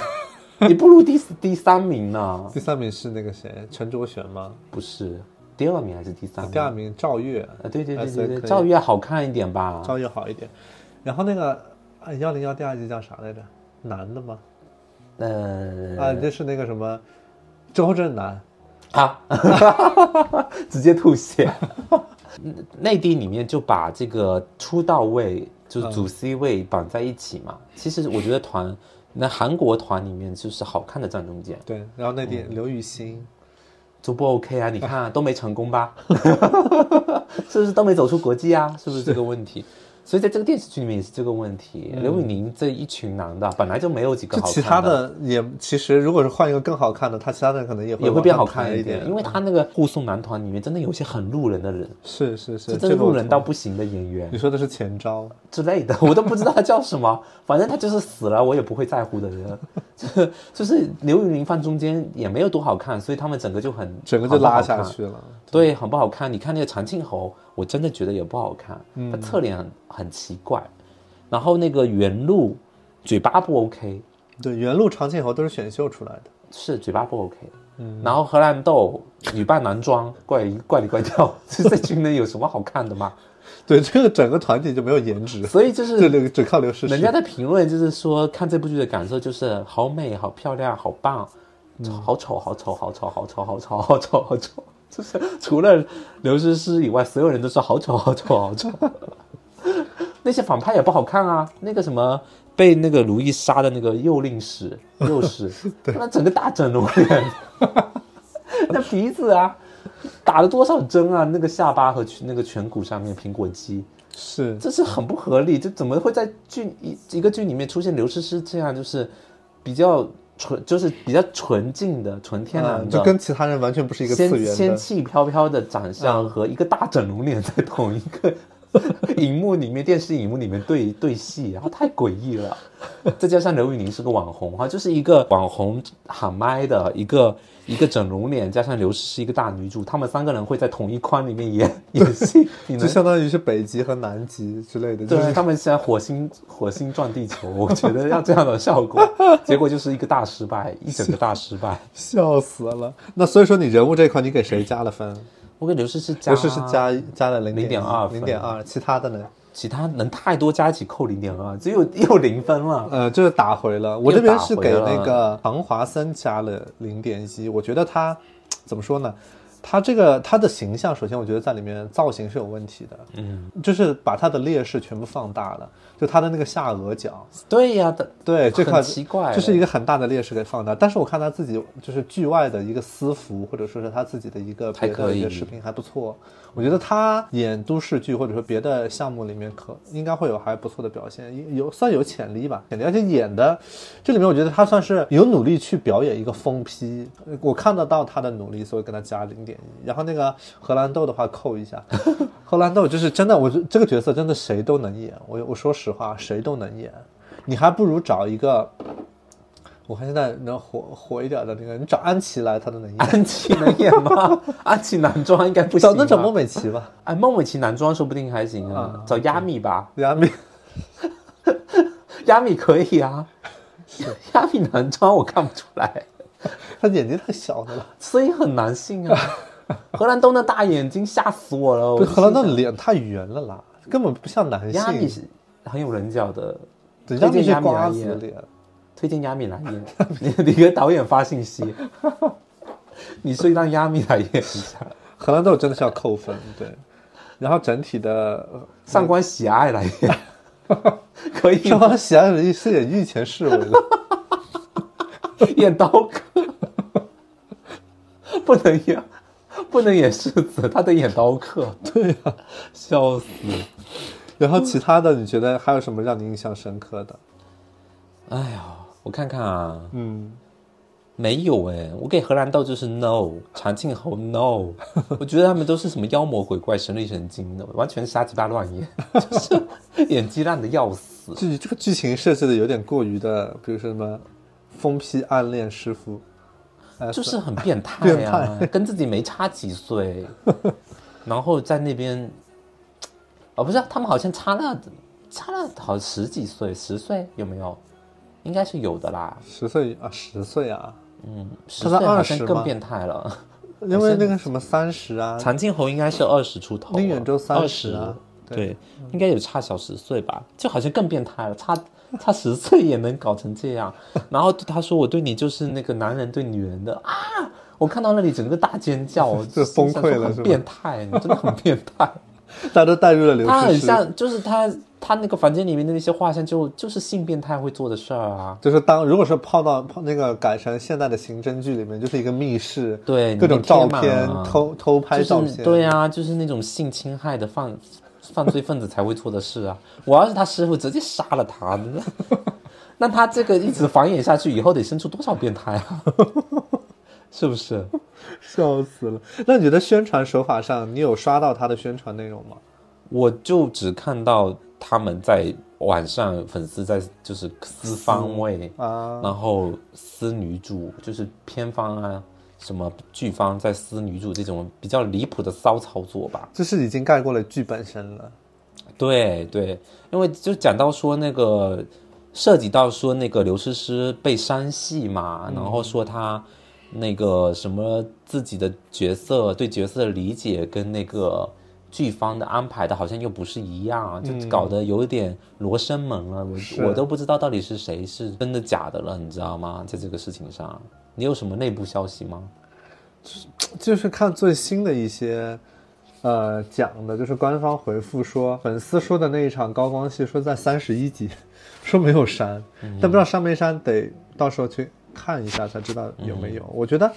你 不如第四第三名呢？
第三名是那个谁，陈卓璇吗？
不是第二名还是第三名？
第二名赵月，
啊，对对对
哎所
对
以
对，
可以
赵月好看一点吧？
赵月好一点。然后那个哎幺零幺第二季叫啥来着？男的吗？啊，
呃
就是那个什么周震南，
啊， 直接吐血。嗯 内地里面就把这个出道位就是主 C 位绑在一起嘛。其实我觉得团，那韩国团里面就是好看的站中间，
对，然后内
嗯
地刘雨昕，
就不 OK 啊？你看都没成功吧？ 是不是都没走出国际啊？是不是这个问题？所以在这个电视剧里面也是这个问题。刘宇宁这一群男的本来就没有几个
就
好看
其他的也其实如果是换一个更好看的，他其他的可能也会
也会
往
变好
上
看
抬
一
一
点，嗯因为他那个护送男团里面真的有些很路人的人，
是是是，
是真的
这个我
路人
同
到不行的演员
你说的是前招，
之类的， 我都不知道他叫什么，反正他就是死了我也不会在乎的人， 就是就是刘宇宁放中间也没有多好看，所以他们整个就很
整个就拉下，
很不好看
去了。
对，很不好看。你看那个长庆侯，我真的觉得也不好看，
嗯
他侧脸很很奇怪，然后那个袁露嘴巴不 OK，
对，原路长镜头都是选秀出来的，
是嘴巴不 OK。然
嗯
后荷兰豆女扮男装，怪里怪里怪调， 就这群人有什么好看的嘛？
对，这个整个团体就没有颜值，
所以就
这
是
个只靠刘诗诗。
人家的评论就是说，看这部剧的感受就是好美、好漂亮、好棒，好丑、好丑、好丑、好丑、好丑、好丑、好丑，就是除了刘诗诗以外，所有人都说好丑、好丑、好丑。 那些反派也不好看啊，那个什么被那个如意杀的那个右令史右 史，那整个大整容脸，那鼻子啊，打了多少针啊？那个下巴和那个颧骨上面苹果肌，
是
这是很不合理，这怎么会在剧一一个剧里面出现刘诗诗这样就是比较纯，就是比较纯净的、纯天然的，
嗯，就跟其他人完全不是一个次
仙
元
仙
的。
气飘飘的长相和一个大整容脸在同一个荧幕里面、电视荧幕里面对 对戏，然后太诡异了。再加上刘宇宁是个网红哈，就是一个网红喊麦的一个一个整容脸，加上刘诗诗一个大女主，他们三个人会在同一框里面演 演戏，你
就
能
相当于是北极和南极之类的，就
对啊
是
他们现在火星 火星撞地球，我觉得要这样的效 果，结果就是一个大失败，一整个大失败。
笑死了。那所以说你人物这一块你给谁加了分？
我给刘诗诗加，
刘诗诗加加了零
0.2分
零点二，其他的呢？
其他人太多加起扣零点二，只有又零分了。
呃，就是打回了。我这边是给
啊又打回了
那个唐华森加了零点一，我觉得他怎么说呢？他这个他的形象，首先我觉得在里面造型是有问题的，
嗯，
就是把他的劣势全部放大了，就他的那个下颚角，
对呀、的
对这块
很奇怪，
这是一个很大的劣势给放大。但是我看他自己就是剧外的一个私服，或者说是他自己的一个
还
别
可
的
以
一个视频还不错。我觉得他演都市剧或者说别的项目里面可应该会有还不错的表现，有有算有潜力吧，潜力。而且演的这里面，我觉得他算是有努力去表演一个疯批，呃我看得到他的努力，所以给他加零点一。然后那个荷兰豆的话扣一下，荷兰豆就是真的，我觉得这个角色真的谁都能演，我我说实话，谁都能演。你还不如找一个，我看现在能火火一点的那个，你找安琪来，她都能演。
安琪能演 吗？安琪男装应该 不行
找
吧。
那找孟美岐吧，
哎，孟美岐男装说不定还行啊，找亚米吧，
杨幂
亚米可以 啊，亚米男装我看不出来，
她眼睛太小了吧，
所以很男性 啊。荷兰豆那大眼睛吓死我了， 我
对，荷兰豆
心
脸太圆了啦，根本不像男
想亚米
性。
是很有棱角的，
对，
推
杨幂
荐
是
亚米来
瓜子
演
脸，
推荐亚米来 演，你你给导演发信息，你说让亚米来演一下，
荷兰豆真的是要扣分，对。然后整体的，
上官喜爱来 演，可以
双
吗？
方喜爱人是演御前侍卫的，
演刀客，不能演，不能演世子，他得演刀客。对呀、笑死！
然后其他的你觉得还有什么让你印象深刻的？
哎呀，我看看啊，
嗯，
没有哎，我给荷兰豆就是 no，长庆侯 no，我觉得他们都是什么妖魔鬼怪、神力神经的，完全瞎鸡巴乱 演，就是演技烂的要死。
剧这个剧情设置的有点过于的，比如说什么疯批暗恋师傅，呃
就是很变态
变
啊，跟自己没差几岁，然后在那边，哦，不是，他们好像差了差了好十几岁，十岁有没有？应该是有的啦，
十岁啊，十岁啊，
嗯，十
他才
岁好像
20
更
吗
变态了。
因为那个什么三十啊，
常庆侯应该是二十出头啊，
宁远州三十
20
啊，
对，应该有差小十岁吧，就好像更变态了，差差十岁也能搞成 这样。然后他说我对你就是那个男人对女人的啊，我看到那里整个大尖叫，我
就崩溃了
心想说
是
很
吧
变态，你真的很变 态。
大家都带入了刘诗
他啊很
诗，
像，就是他他那个房间里面的那些画像就，就是性变态会做的事儿啊。
就是当如果是泡到泡那个改成现代的刑侦剧里面，就是一个密室，
对
各种照
你
片
贴满啊
偷偷拍照
就
片，
是对啊，就是那种性侵害的犯犯罪分子才会做的事啊！我要是他师傅，直接杀了他，那那他这个一直繁衍下去，以后得生出多少变态啊？ 是不是？
笑死了。那你觉得宣传手法上，你有刷到他的宣传内容吗？
我就只看到他们在晚上粉丝在就是私方位，
啊，
然后撕女主，就是片方啊。什么剧方在撕女主这种比较离谱的骚操作吧？
就是已经盖过了剧本身了。
对对，因为就讲到说那个涉及到说那个刘诗诗被删戏嘛，然后说她那个什么自己的角色对角色的理解跟那个剧方的安排的好像又不是一样，就搞得有一点罗生门了，
是
我我都不知道到底是谁是真的假的了，你知道吗？在这个事情上，你有什么内部消息吗？
就是看最新的一些，呃，讲的就是官方回复说，粉丝说的那一场高光戏说在三十一集，说没有删，但不知道删没删，得到时候去看一下才知道有没有。我觉得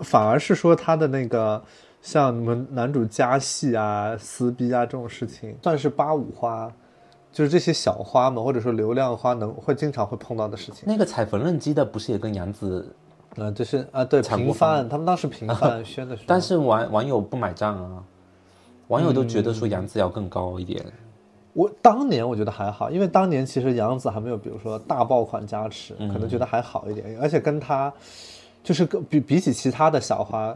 反而是说他的那个像你们男主加戏啊、撕逼啊这种事情，算是八五花。就是这些小花们，或者说流量花能，会经常会碰到的事情。
那个踩缝纫机的不是也跟杨紫，
啊、就是啊，对，
产
平
过房
凡，他们当时平凡宣的宣的，
但是网网友不买账啊，网友都觉
嗯
得说杨紫要更高一点。
我当年我觉得还好，因为当年其实杨紫还没有，比如说大爆款加持，可能觉
嗯
得还好一点，而且跟她就是跟比比起其他的小花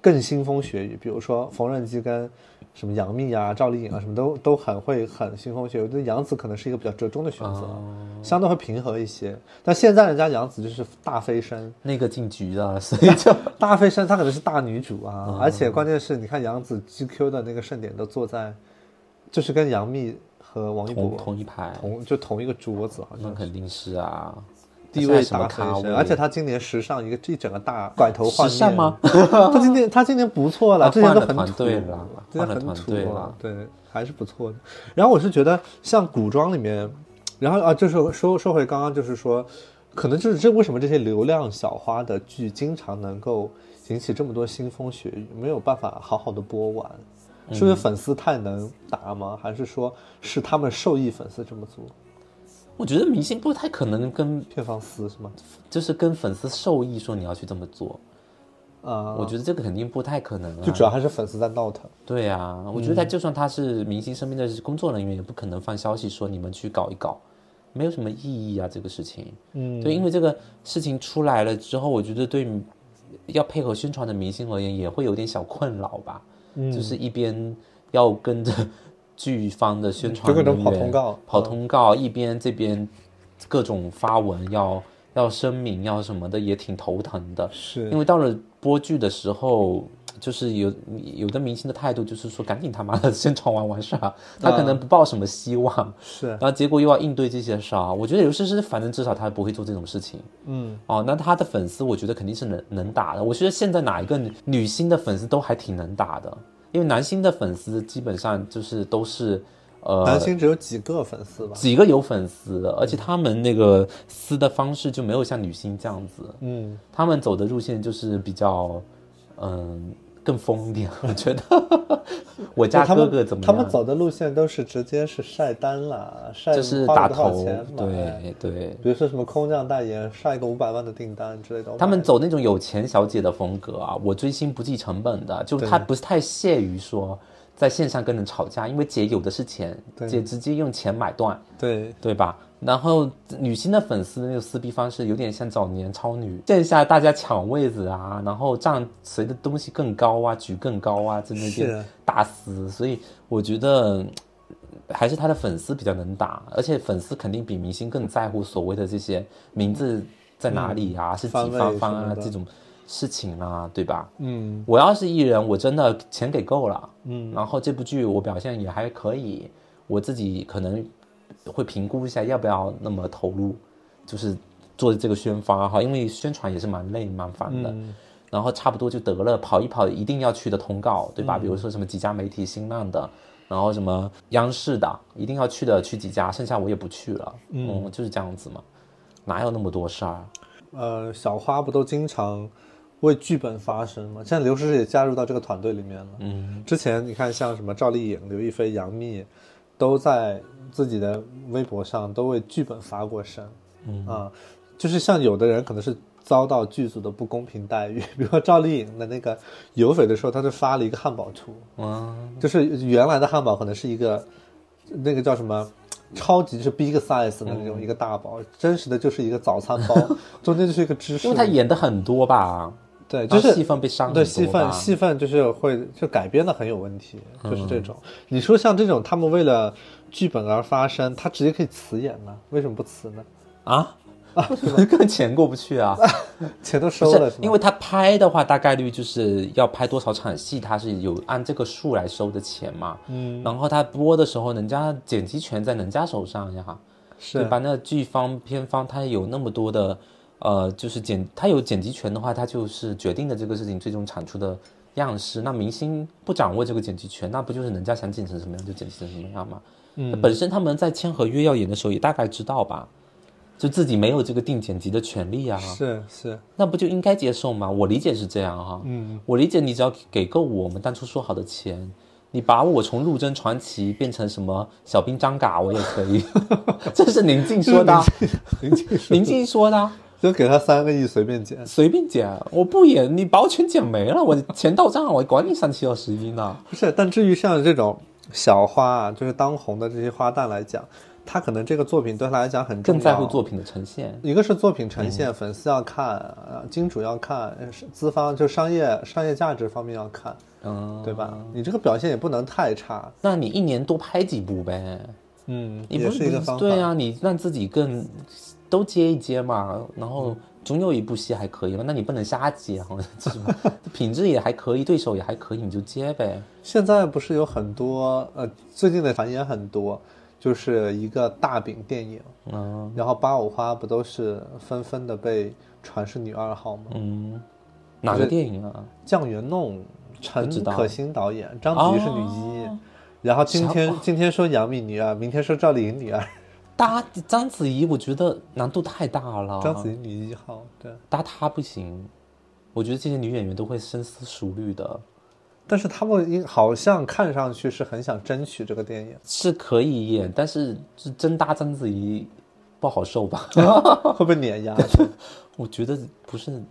更腥风血雨，比如说缝纫机跟什么杨幂啊、赵丽颖啊，什么都都很会很腥风血雨。我觉得杨紫可能是一个比较折中的选择，
哦
相对会平和一些。但现在人家杨紫就是大飞升，
那个进局了，所以 就
大飞升她可能是大女主啊，
哦
而且关键是你看杨紫 GQ 的那个盛典都坐在，就是跟杨幂和王一博
同同一排，
同就同一个桌子，好
那
像
肯定是啊。
地位
现在什么
大飞
咖位
升，而且他今年时尚一个一整个大拐头换面
时尚吗？
他今年他今年不错了，
他
之前
换
都
了
很
团
土
队了
之前
换了
很
团
土
队
了
了，
对，还是不错的。然后我是觉得像古装里面，然后啊，就是说说回刚刚就是说，可能就是这为什么这些流量小花的剧经常能够引起这么多腥风血雨，没有办法好好的播完。是
嗯
不是粉丝太能打吗？还是说是他们受益粉丝这么做？
我觉得明星不太可能跟
片方撕是吗？
就是跟粉丝受益说你要去这么做，
啊、
我觉得这个肯定不太可能啊。
就主要还是粉丝在闹腾。
对啊，我觉得他
嗯
就算他是明星身边的工作人员，也不可能放消息说你们去搞一搞，没有什么意义啊，这个事情。
嗯，
对，因为这个事情出来了之后，我觉得对要配合宣传的明星而言，也会有点小困扰吧。
嗯
就是一边要跟着剧方的宣传
就各种
人
跑
员
通告
跑
嗯
通告，一边这边各种发文要要声明要什么的，也挺头疼的。
是
因为到了播剧的时候，就是有有的明星的态度就是说，赶紧他妈的宣传完完事儿，他可
啊
能不抱什么希望，
是
然，后结果又要应对这些事儿。啊我觉得刘诗诗，反正至少她不会做这种事情。
嗯，
哦，那她的粉丝，我觉得肯定是能能打的。我觉得现在哪一个女女星的粉丝都还挺能打的，因为男星的粉丝基本上就是都是，
男
呃，
星只有几个粉丝吧？
几个有粉丝的，而且他们那个撕的方式就没有像女星这样子。
嗯，
他们走的路线就是比较，嗯，更疯一点。 我觉得我家
他
哥
们
哥怎么
他
样？
们走的路线都是直接是晒单啦，晒
就是
花了
打
多少
头
钱，买
对对。
比如说什么空降代言，晒个五百万的订单之类的。
他们
我买
走那种有钱小姐的风格啊，我追星不计成本的，就
对
他不是太屑于说在线上跟人吵架，因为姐有的是钱，
对
姐直接用钱买断，
对，
对吧？然后女星的粉丝那种撕逼方式有点像早年超女，线下大家抢位子啊，然后站谁的东西更高啊，举更高啊，在那
是
边大撕。所以我觉得嗯还是他的粉丝比较能打，而且粉丝肯定比明星更在乎所谓的这些名字在哪里啊，是几
番嗯位
方方
什么
啊
的
这种事情啊，对吧？
嗯
我要是艺人，我真的钱给够了，
嗯，
然后这部剧我表现也还可以，我自己可能会评估一下要不要那么投入，就是做这个宣发哈，因为宣传也是蛮累蛮烦的。
嗯
然后差不多就得了，跑一跑一定要去的通告，对
嗯
吧？比如说什么几家媒体、新浪的，然后什么央视的，一定要去的去几家，剩下我也不去了。嗯就是这样子嘛，哪有那么多事儿？
呃，小花不都经常为剧本发声吗？现在刘诗诗也加入到这个团队里面了。嗯，之前你看像什么赵丽颖、刘亦菲、杨幂，都在自己的微博上都为剧本发过声。嗯啊，就是像有的人可能是。遭到剧组的不公平待遇，比如说赵丽颖的那个《有匪》的时候，她就发了一个汉堡图，
嗯，
就是原来的汉堡可能是一个那个叫什么？超级就是 big size 的那
嗯
种一个大包，真实的就是一个早餐 包，中间就是一个芝士
因为。他啊演的很多吧，
对，
然
就
后
是
戏份被伤很
对
多
戏份
吧嗯
戏份就是会就改编的很有问题，就是这种。你说像这种他们为了剧本而发声，他直接可以辞演呢？为什么不辞呢？
啊。 跟钱过不去 啊！
钱都
不
收了
是
是，吗？
因为他拍的话，大概率就是要拍多少场戏，他是有按这个数来收的钱嘛。嗯，然后他播的时候，人家剪辑权在人家手上呀，对
是
吧？那剧方片方他有那么多的，呃，就是剪他有剪辑权的话，他就是决定了这个事情最终产出的样式。那明星不掌握这个剪辑权，那不就是人家想剪成什么样就剪成什么样吗？嗯，本身他们在签合约要演的时候也大概知道吧，就自己没有这个定剪辑的权利啊。
是是，
那不就应该接受吗？我理解是这样哈、嗯，我理解你只要给够我们当初说好的钱，你把我从陆贞传奇变成什么小兵张嘎，我也可 以。这是宁静说的啊，
林静说
宁静说的啊，
就给他三个亿随便减，
随便剪，我不演，你把我全剪没了，我钱到账，我管你三七二十一呢。
不是，但至于像这种小花啊，就是当红的这些花旦来讲，她可能这个作品对她来讲很重要
更在乎作品的呈现，
一个是作品呈现，粉丝要看，呃，金主要看，呃是资方就商业商业价值方面要看，
嗯，
对吧？你这个表现也不能太差，
那你一年多拍几部呗，
嗯，
你
也
不
是一个方法。
对啊，你让自己更都接一接嘛，然
嗯
后总有一部戏还可以嘛，那你不能瞎接 好像这种品质也还可以，对手也还可以，你就接呗。
现在不是有很多呃，最近的传言很多，就是一个大饼电影，
嗯
然后八五花不都是纷纷的被传是女二号吗？
嗯，哪个电影啊？
酱园弄，陈
不知道
可辛导演，章子怡是女一，
哦
然后今
啥
天今天说杨幂女二，明天说赵丽颖女二，
哦搭章子怡，我觉得难度太大了。
章子怡女一号，对。
搭她不行，我觉得这些女演员都会深思熟虑的，，
但是他们应好像看上去是很想争取这个电影
是可以演，但是是真搭章子怡不好受吧？哦
会被碾压的。
我觉得不是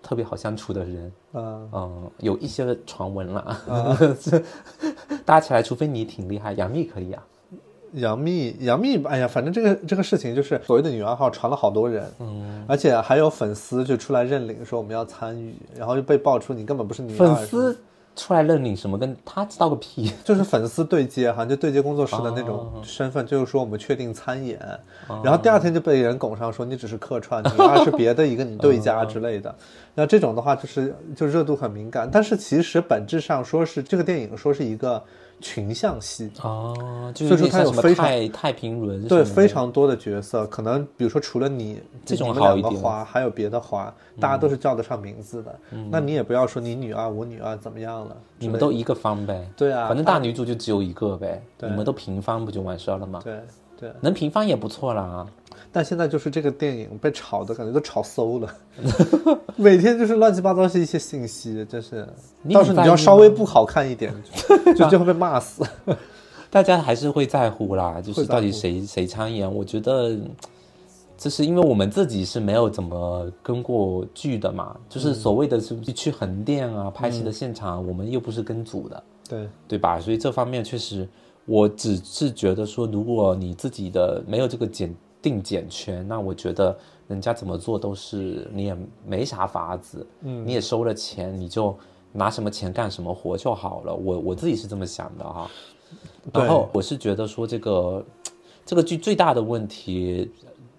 特别好相处的人。
嗯，
嗯，有一些传闻啦，
啊
这搭起来，除非你挺厉害，杨幂可以啊。
杨幂，杨幂，哎呀，反正这个这个事情就是所谓的女二号传了好多人，嗯，而且还有粉丝就出来认领说我们要参与，然后就被爆出你根本不是女二，
粉丝出来认领什么，跟他知道个屁。啊
就是粉丝对接，好像就对接工作室的那种
哦
身份，就是说我们确定参演，然后第二天就被人拱上说你只是客串，你二是别的一个你对家之类
嗯
的。那这种的话就是就热度很敏感，但是其实本质上说是这个电影说是一个群像戏。
哦，就
啊所
是
以说
有点
他
像
有
什么
非常
太太平轮什
对，
么的
非常多的角色，可能比如说除了你
这种
你们
好
两
一
个
点嗯
花，还有别的花，大家都是叫得上名字的。那你也不要说你女二我女二怎么样了，
你们都一个方呗，
对啊
嗯反正大女主就只有一个呗，
对
你们都平方不就完事儿了吗？
对对。
能平方也不错啦。
但现在就是这个电影被炒的感觉都炒馊了， 每天就是乱七八糟是一些信息，真是。
你
到时候
很在
你要
意
稍
吗
微不好看一点，就 就就会被骂死。
大家还是会在乎啦，就是
会在
到底
乎
谁谁参演，我觉得。就是因为我们自己是没有怎么跟过剧的嘛，
嗯
就是所谓的是去横店啊、拍戏的现场，我们又不是跟组的，
对，
对吧？所以这方面确实，我只是觉得说，如果你自己的没有这个检定检权，那我觉得人家怎么做都是你也没啥法子。嗯，你也收了钱，你就拿什么钱干什么活就好了。我我自己是这么想的哈。
对
然后我是觉得说这个这个剧最大的问题，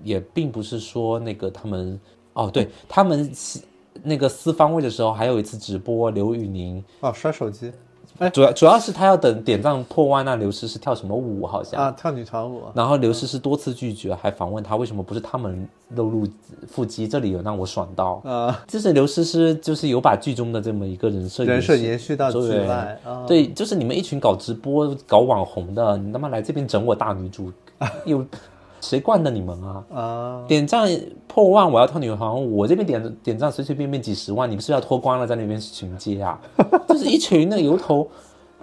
也并不是说那个他们哦，对他们是那个撕方位的时候，还有一次直播刘宇宁。
哦，摔手机
主要主要是他要等点赞破万，那刘诗诗跳什么舞好像，
啊，跳女团舞，
然后刘诗诗多次拒绝，还访问他为什么不是他们露露腹肌，这里有让我爽到。
啊，
就是刘诗诗就是有把剧中的这么一个人设
人设
设
延续到剧
对
外啊
对，就是你们一群搞直播、搞网红的，你他妈来这边整我大女 主，有谁惯的你们啊？
啊，
点赞破万，我要跳女团舞，我这边点点赞随随便便几十万，你们是不是要脱光了在那边群街啊？ 就是一群那个油头，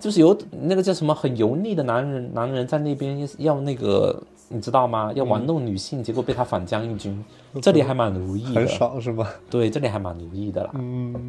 就是油那个叫什么很油腻的男人，男人在那边要那个，你知道吗？要玩弄女性，结果被他反将一军，这里还蛮如意的
嗯很，爽是吗？
对，这里还蛮如意的啦。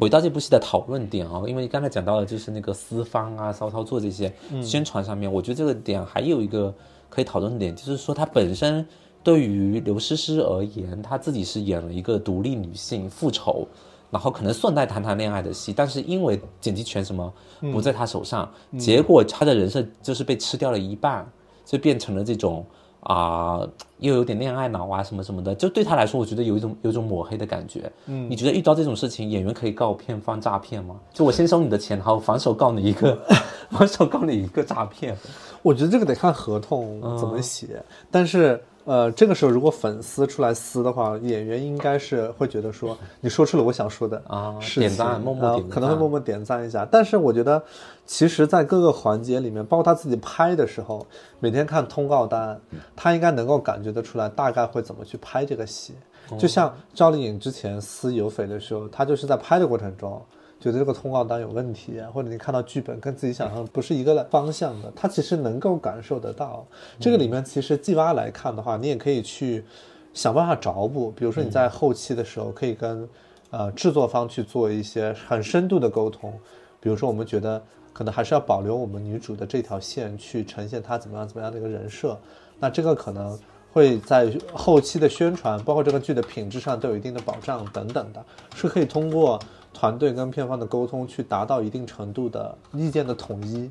回到这部戏的讨论点啊、因为刚才讲到的就是那个私方啊、骚操作这些宣传上面，我觉得这个点还有一个可以讨论的点，就是说她本身对于刘诗诗而言，她自己是演了一个独立女性复仇。然后可能顺带谈谈恋爱的戏，但是因为剪辑权什么不在她手上，结果她的人设就是被吃掉了一半，就变成了这种啊、又有点恋爱脑啊什么什么的，就对他来说，我觉得有一种有一种抹黑的感觉。嗯，你觉得遇到这种事情，演员可以告片方诈骗吗？就我先收你的钱，然后反手告你一个， 反手告你一个诈骗。
我觉得这个得看合同
嗯
怎么写，但是呃，这个时候如果粉丝出来撕的话，演员应该是会觉得说你说出了我想说的
啊
事情
点赞默默
然后
点个
可能会
赞
默默点赞一下。但是我觉得，其实，在各个环节里面，包括他自己拍的时候，每天看通告单，他应该能够感觉得出来，大概会怎么去拍这个戏。就像赵丽颖之前撕有匪的时候，她就是在拍的过程中。觉得这个通告单有问题啊，或者你看到剧本跟自己想象不是一个方向的，他其实能够感受得到。这个里面其实季蛙来看的话，你也可以去想办法找补，比如说你在后期的时候可以跟、呃制作方去做一些很深度的沟通，比如说我们觉得可能还是要保留我们女主的这条线去呈现她怎么样怎么样的一个人设，那这个可能。会在后期的宣传，包括这个剧的品质上都有一定的保障等等的，是可以通过团队跟片方的沟通去达到一定程度的意见的统一，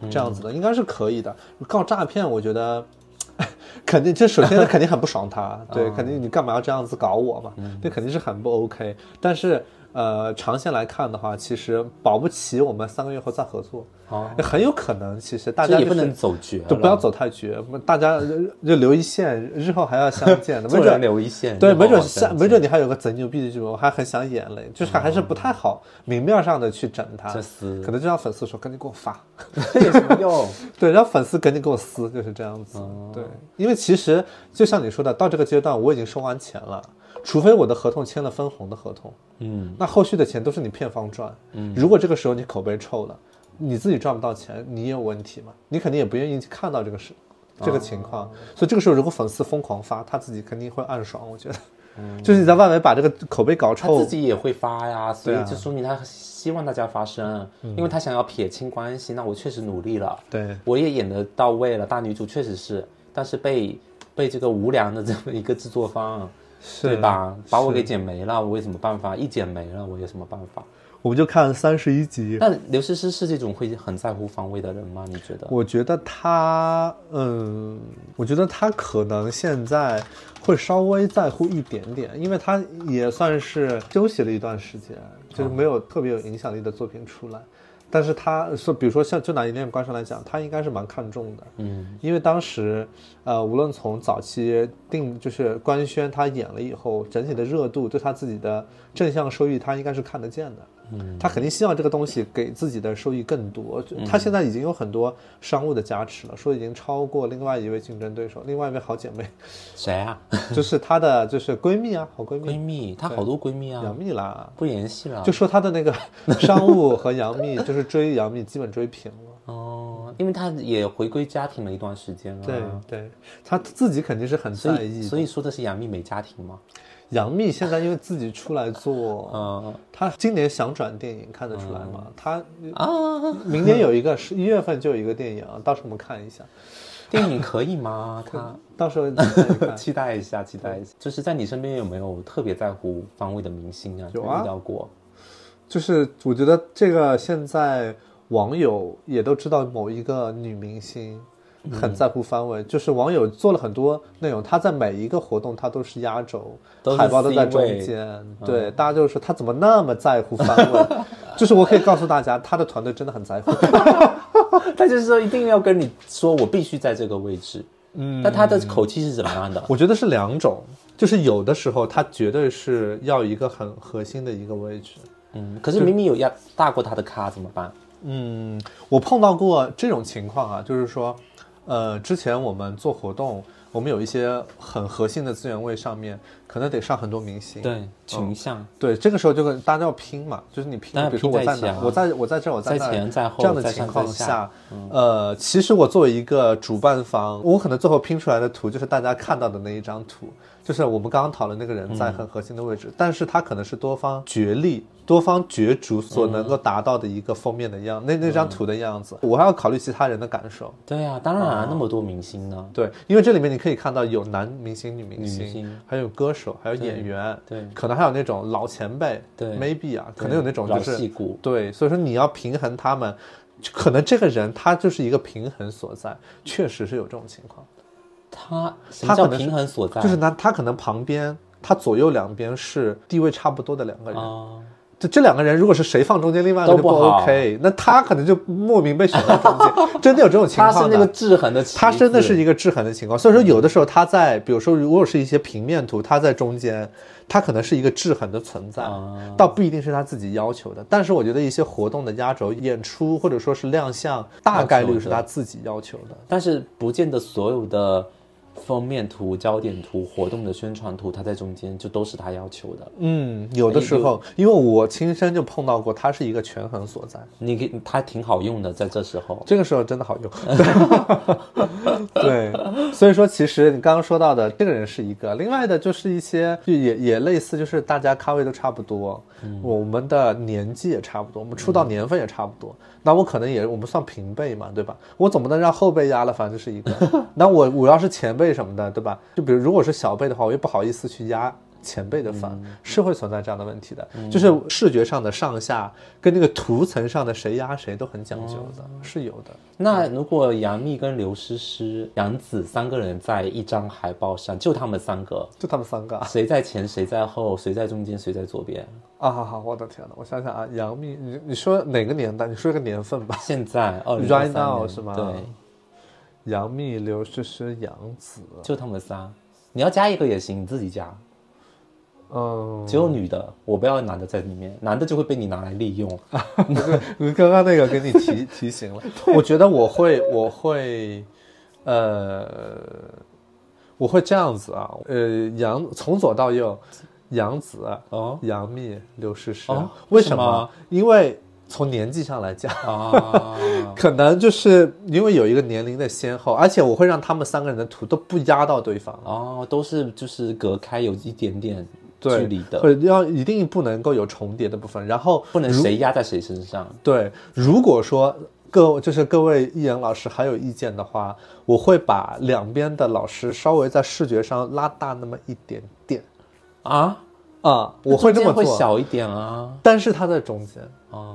嗯
这样子的应该是可以的。告诈骗，我觉得 肯定，这首先他
嗯
肯定很不爽他，对，肯定你干嘛要这样子搞我嘛？这肯定是很不 OK。但是呃长线来看的话，其实保不齐我们三个月后再合作，
哦，
很有可能。其实大
这
家
也
就
不
是
能走绝啊了，
就不要走太绝，大家呃就留一线，日后还要相见 的，
做
没
人
准
留一线。
对，
人
没
好
准
好
下，
相
没
见
准你还有个贼牛逼的剧本，我还很想演嘞，就是还是不太好，明面上的去整他，
这撕
可能就让粉丝说赶紧给我发，
这有什么用？
对，让粉丝赶紧给我撕，就是这样子，对，因为其实就像你说的，到这个阶段我已经收完钱了，除非我的合同签了分红的合同，
嗯，
那后续的钱都是你片方赚，嗯，如果这个时候你口碑臭了，你自己赚不到钱，你也有问题嘛，你肯定也不愿意去看到这个事。这个情况，所以这个时候如果粉丝疯狂发，他自己肯定会暗爽，我觉得。 就是你在外面把这个口碑搞
他
臭，
自己也会发呀，所以
对啊嗯
就说明他希望大家发声，因为他想要撇清关系。那我确实努力了，
对
我也演得到位了，大女主确实是，但是被被这个无良的这么一个制作方，
是？
对吧？把我
是
给剪没了，我有什么办法？一剪没了，我有什么办法？
我们就看三十一集，
但刘诗诗是这种会很在乎防卫的人吗？你觉得？
我觉得他，嗯，我觉得他可能现在会稍微在乎一点点，因为他也算是休息了一段时间，就是没有特别有影响力的作品出来。但是他呃说，比如说像就拿《一念关上》来讲，他应该是蛮看重的，
嗯，
因为当时，呃，无论从早期定就是官宣他演了以后，整体的热度对他自己的正向收益，他应该是看得见的。嗯，他肯定希望这个东西给自己的收益更多。他现在已经有很多商务的加持了，说已经超过另外一位竞争对手，另外一位好姐妹，
谁啊？
就是她的就是闺蜜啊，好闺
闺
蜜
蜜，她好多闺蜜啊
杨，幂啦，
不联系了。
就说她的那个商务和杨幂，就是追杨幂基本追平了。
哦，因为她也回归家庭了一段时间 了。
对对，她自己肯定是很
所
在意
以
的。
所以说的是杨幂没家庭吗？
杨幂现在因为自己出来做，
呃
她今年想转电影，看得出来吗？她
啊，
明年有一个十一月份就有一个电影，到时候我们看一下，
电影可以吗？她
到时候你看一看。
期待一下，期待一下。就是在你身边有没有特别在乎方位的明星啊？
有啊
遇到过。
就是我觉得这个现在网友也都知道某一个女明星很在乎番位，就是网友做了很多内容，她在每一个活动她都是嗯压轴
都，是
海报都在
C
中
位
间，对，大家就说她怎么那么在乎番位，就是我可以告诉大家，她的团队真的很在乎。
他就是说一定要跟你说，我必须在这个位置。嗯，但他的口气是怎么样的？
我觉得是两种，就是有的时候他绝对是要一个很核心的一个位置。
嗯，可是明明有压大过他的咖怎么办？
嗯，我碰到过这种情况啊，就是说，呃，之前我们做活动，我们有一些很核心的资源位上面，可能得上很多明星。
对，群像
对，这个时候就跟大家要拼嘛，就是你拼，
当然
比如说
拼
我
在
在
一起
哪，
啊
我在我在这儿，我在那
在
儿，
前在后
这样的
在上
情况
在下嗯
下，呃，其实我作为一个主办方，我可能最后拼出来的图就是大家看到的那一张图，就是我们刚刚讨论那个人在
嗯
很核心的位置，但是他可能是多方角力、多方角逐所
嗯
能够达到的一个封面的样，那那张图的样子，我还要考虑其他人的感受。
对啊，当然
哦
啊，那么多明星呢，
对，因为这里面你可以看到有男明星、女明星，
女明星
还有歌手，还有演员，
对
可能还有那种老前辈，
对
，maybe 啊，可能有那种
老
就是
戏骨，
对，所以说你要平衡他们，就可能这个人他就是一个平衡所在，确实是有这种情况，
他什
他
么叫
可能是
平衡所在？
就是呢，他可能旁边他左右两边是地位差不多的两个人，
啊，
就这两个人如果是谁放中间，另外一个
都
就
不好
OK，那他可能就莫名被选到中 间，真的有这种情
他
况的。
是那个制衡的棋子，
它真的是一个制衡的情况。所以说，有的时候它在，比如说，如果是一些平面图，它在中间，它可能是一个制衡的存在
啊，
倒不一定是他自己要求的。但是我觉得一些活动的压轴、演出或者说是亮相，大概率是他自己要求的。
但是不见得所有的封面图、焦点图、活动的宣传图，它在中间就都是他要求的。
嗯，有的时候，因为我亲身就碰到过，它是一个权衡所在。
你给他挺好用的，在这时候，
这个时候真的好用， 对，所以说其实你刚刚说到的这个人是一个，另外的就是一些就也也类似，就是大家咖位都差不多，我们的年纪也差不多，我们出道年份也差不多，那我可能也我们算平辈嘛，对吧？我总不能让后辈压了，反正就是一个。那我我要是前辈什么的，对吧？就比如如果是小辈的话，我又不好意思去压前辈的番，是会存在这样的问题的，就是视觉上的上下跟那个图层上的谁压谁都很讲究的，是有的。
那如果杨幂跟刘诗诗、杨紫三个人在一张海报上，就他们三个，
就他们三个啊，
谁在前，谁在后，谁在中间，谁在左边？
啊好好，我的天呐，我想想啊，杨幂，你你说哪个年代？你说一个年份吧。
现在二零
Right now 是吗
对，
杨幂、刘诗诗、杨紫，
就他们仨。你要加一个也行，你自己加。
嗯，
只有女的，我不要男的在里面，男的就会被你拿来利用。
刚刚那个给你提提醒了，嗯 我觉得我会我会，呃，我会这样子啊，呃，杨从左到右，杨紫、
哦
杨幂、刘诗诗，
哦
为
是
什
吗
么？因为从年纪上来讲，
啊，
可能就是因为有一个年龄的先后，而且我会让他们三个人的图都不压到对方。
哦，都是就是隔开有一点点距
对
离的，
会要一定不能够有重叠的部分，然后
不能
如
谁压在谁身上。
对，如果说各就是各位艺人老师还有意见的话，我会把两边的老师稍微在视觉上拉大那么一点点
啊，
啊，我会这么
会
做。
小一点啊。
但是它在中间
哦，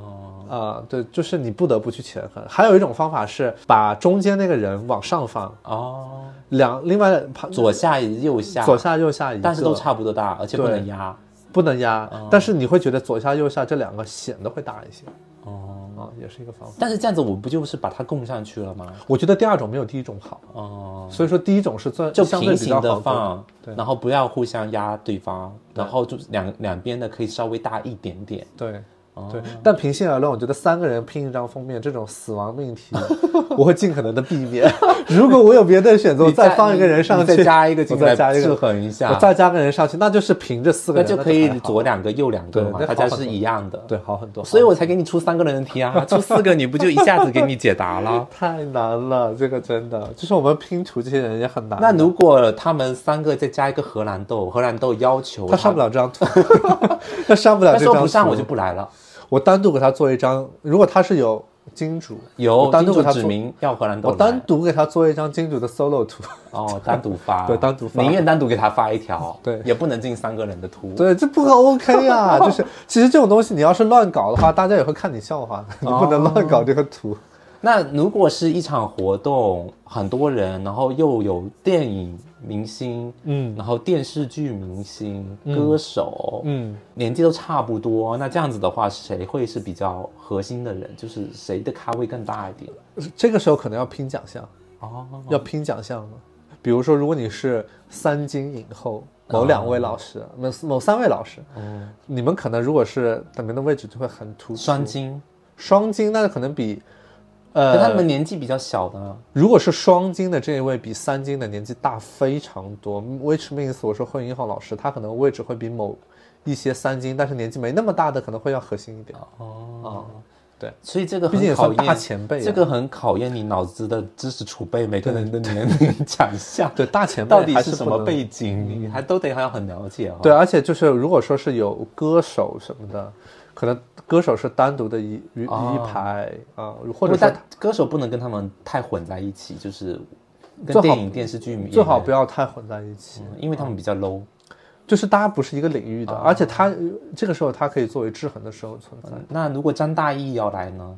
啊，对，就是你不得不去权衡。还有一种方法是把中间那个人往上放，
哦，
两另外旁
左下右下，
嗯左下右下一个，
但是都差不哦多大，而且不能压。
不能压，但是你会觉得左下右下这两个显得会大一些
哦，
啊，也是一个方法。
但是这样子我不就是把它供上去了吗？
我觉得第二种没有第一种好，
哦，
所以说第一种是最
就
相对
平
比较
行
好
的放，然后不要互相压对方，然后就是两两边的可以稍微大一点点。
对，
哦
对。但平心而论，我觉得三个人拼一张封面这种死亡命 题，我会尽可能的避免。 如果我有别的选择，我
你
再放一个人上
你
去，
再加一个
我
进来，
再加一
制
个，
衡一
我
下，
再加个人上去，那就是凭着四个
那
人，
就
那
可以
还好
左两个右两个嘛，
对那
大家
好很
是
多
一样的。
对，好很多。
所以
好
我才给你出三个人的题啊，出四个你不就一下子给你解答了？
太难了，这个真的就是我们拼图这些人也很难。
那如果他们三个再加一个荷兰豆，荷兰豆要求
他上不了这张图， 他上不了
他
这
说
张图。
不上我就不来了。
我单独给他做一张，如果他是有金主，
有
我单独
金
给
主
他
指
做
明要荷兰豆
我
来，
单独给他做一张金主的 solo 图。
哦单独 发，
对单独发
宁愿单独给他发一条，
对
也不能进三个人的图。
对，这不 OK 啊！就是其实这种东西，你要是乱搞的话，大家也会看你笑话的。你不
哦
能乱搞这个图。
那如果是一场活动，很多人，然后又有电影明星，
嗯
然后电视剧明星、歌手，
嗯，
年纪都差不多，那这样子的话，谁会是比较核心的人？就是谁的咖位更大一点？
这个时候可能要拼奖项，
哦，
要拼奖项了。比如说，如果你是三金影后，某两位老师，
哦
某某三位老师，
嗯，
你们可能如果是你们的位置就会很突出。
双金，
双金，那就可能比，
可他们
呃，
年纪比较小的呢，
如果是双金的这一位比三金的年纪大非常多，which means 我说惠英浩老师，他可能位置会比某一些三金，但是年纪没那么大的可能会要核心一点。
哦
啊，对，
所以这个
毕竟
很
也
考
算
验
大前辈啊
这个很考验你脑子的知识储备，每个人的年 龄强项，
对，大前辈
到底
还
是
是
什
不
么
能嗯
背景，你还都得还要很了解啊哈。
对，，啊而且就是如果说是有歌手什么的，可能歌手是单独的一一
哦
一排啊，或
或
者
者
说
但歌手不能跟他们太混在一起，就是跟
最好
电影电视剧演员
最好不要太混在一起，啊
嗯因为他们比较 low。
就是大家不是一个领域的，而且他呃这个时候他可以作为制衡的时候存在。
嗯那如果张大奕要来呢？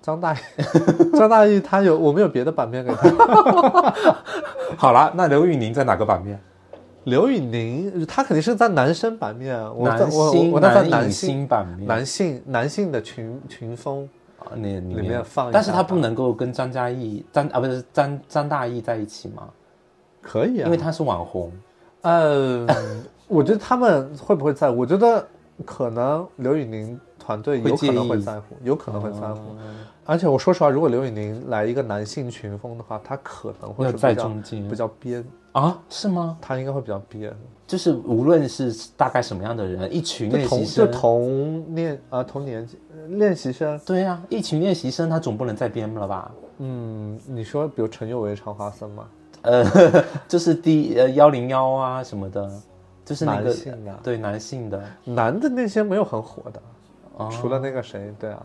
张大奕， 张大奕他有我们有别的版面给 他，
好啦，那刘宇宁在哪个版面？
刘宇宁他肯定是在男生版面，啊我在
男
我我
星、
我那在
男
男
影
性
星版面，
男性男性的群群风。
啊那里面
里面放一
但是
下
他
吧
不能够跟张嘉译、张啊不是张张大奕在一起嘛，
可以啊，
因为他是网红。
嗯，我觉得他们会不会在乎？我觉得可能刘宇宁团队有可能会在乎，有可能会
哦
在乎。而且我说实话，如果刘宇宁来一个男性群风的话，他可能会
要
是比
在
较
中间
比较憋，
啊？是吗？
他应该会比较憋。
就是无论是大概什么样的人，一群
就
练
同
习
就
生，
同练啊、同年级呃练习生，
对呀、啊，一群练习生，他总不能再编了吧？
嗯，你说比如陈宥维、常华森嘛，
呃，就是第呃幺零幺啊什么的，就是那个
男性啊
对男性的。
男的那些没有很火的，
哦
除了那个谁，对啊，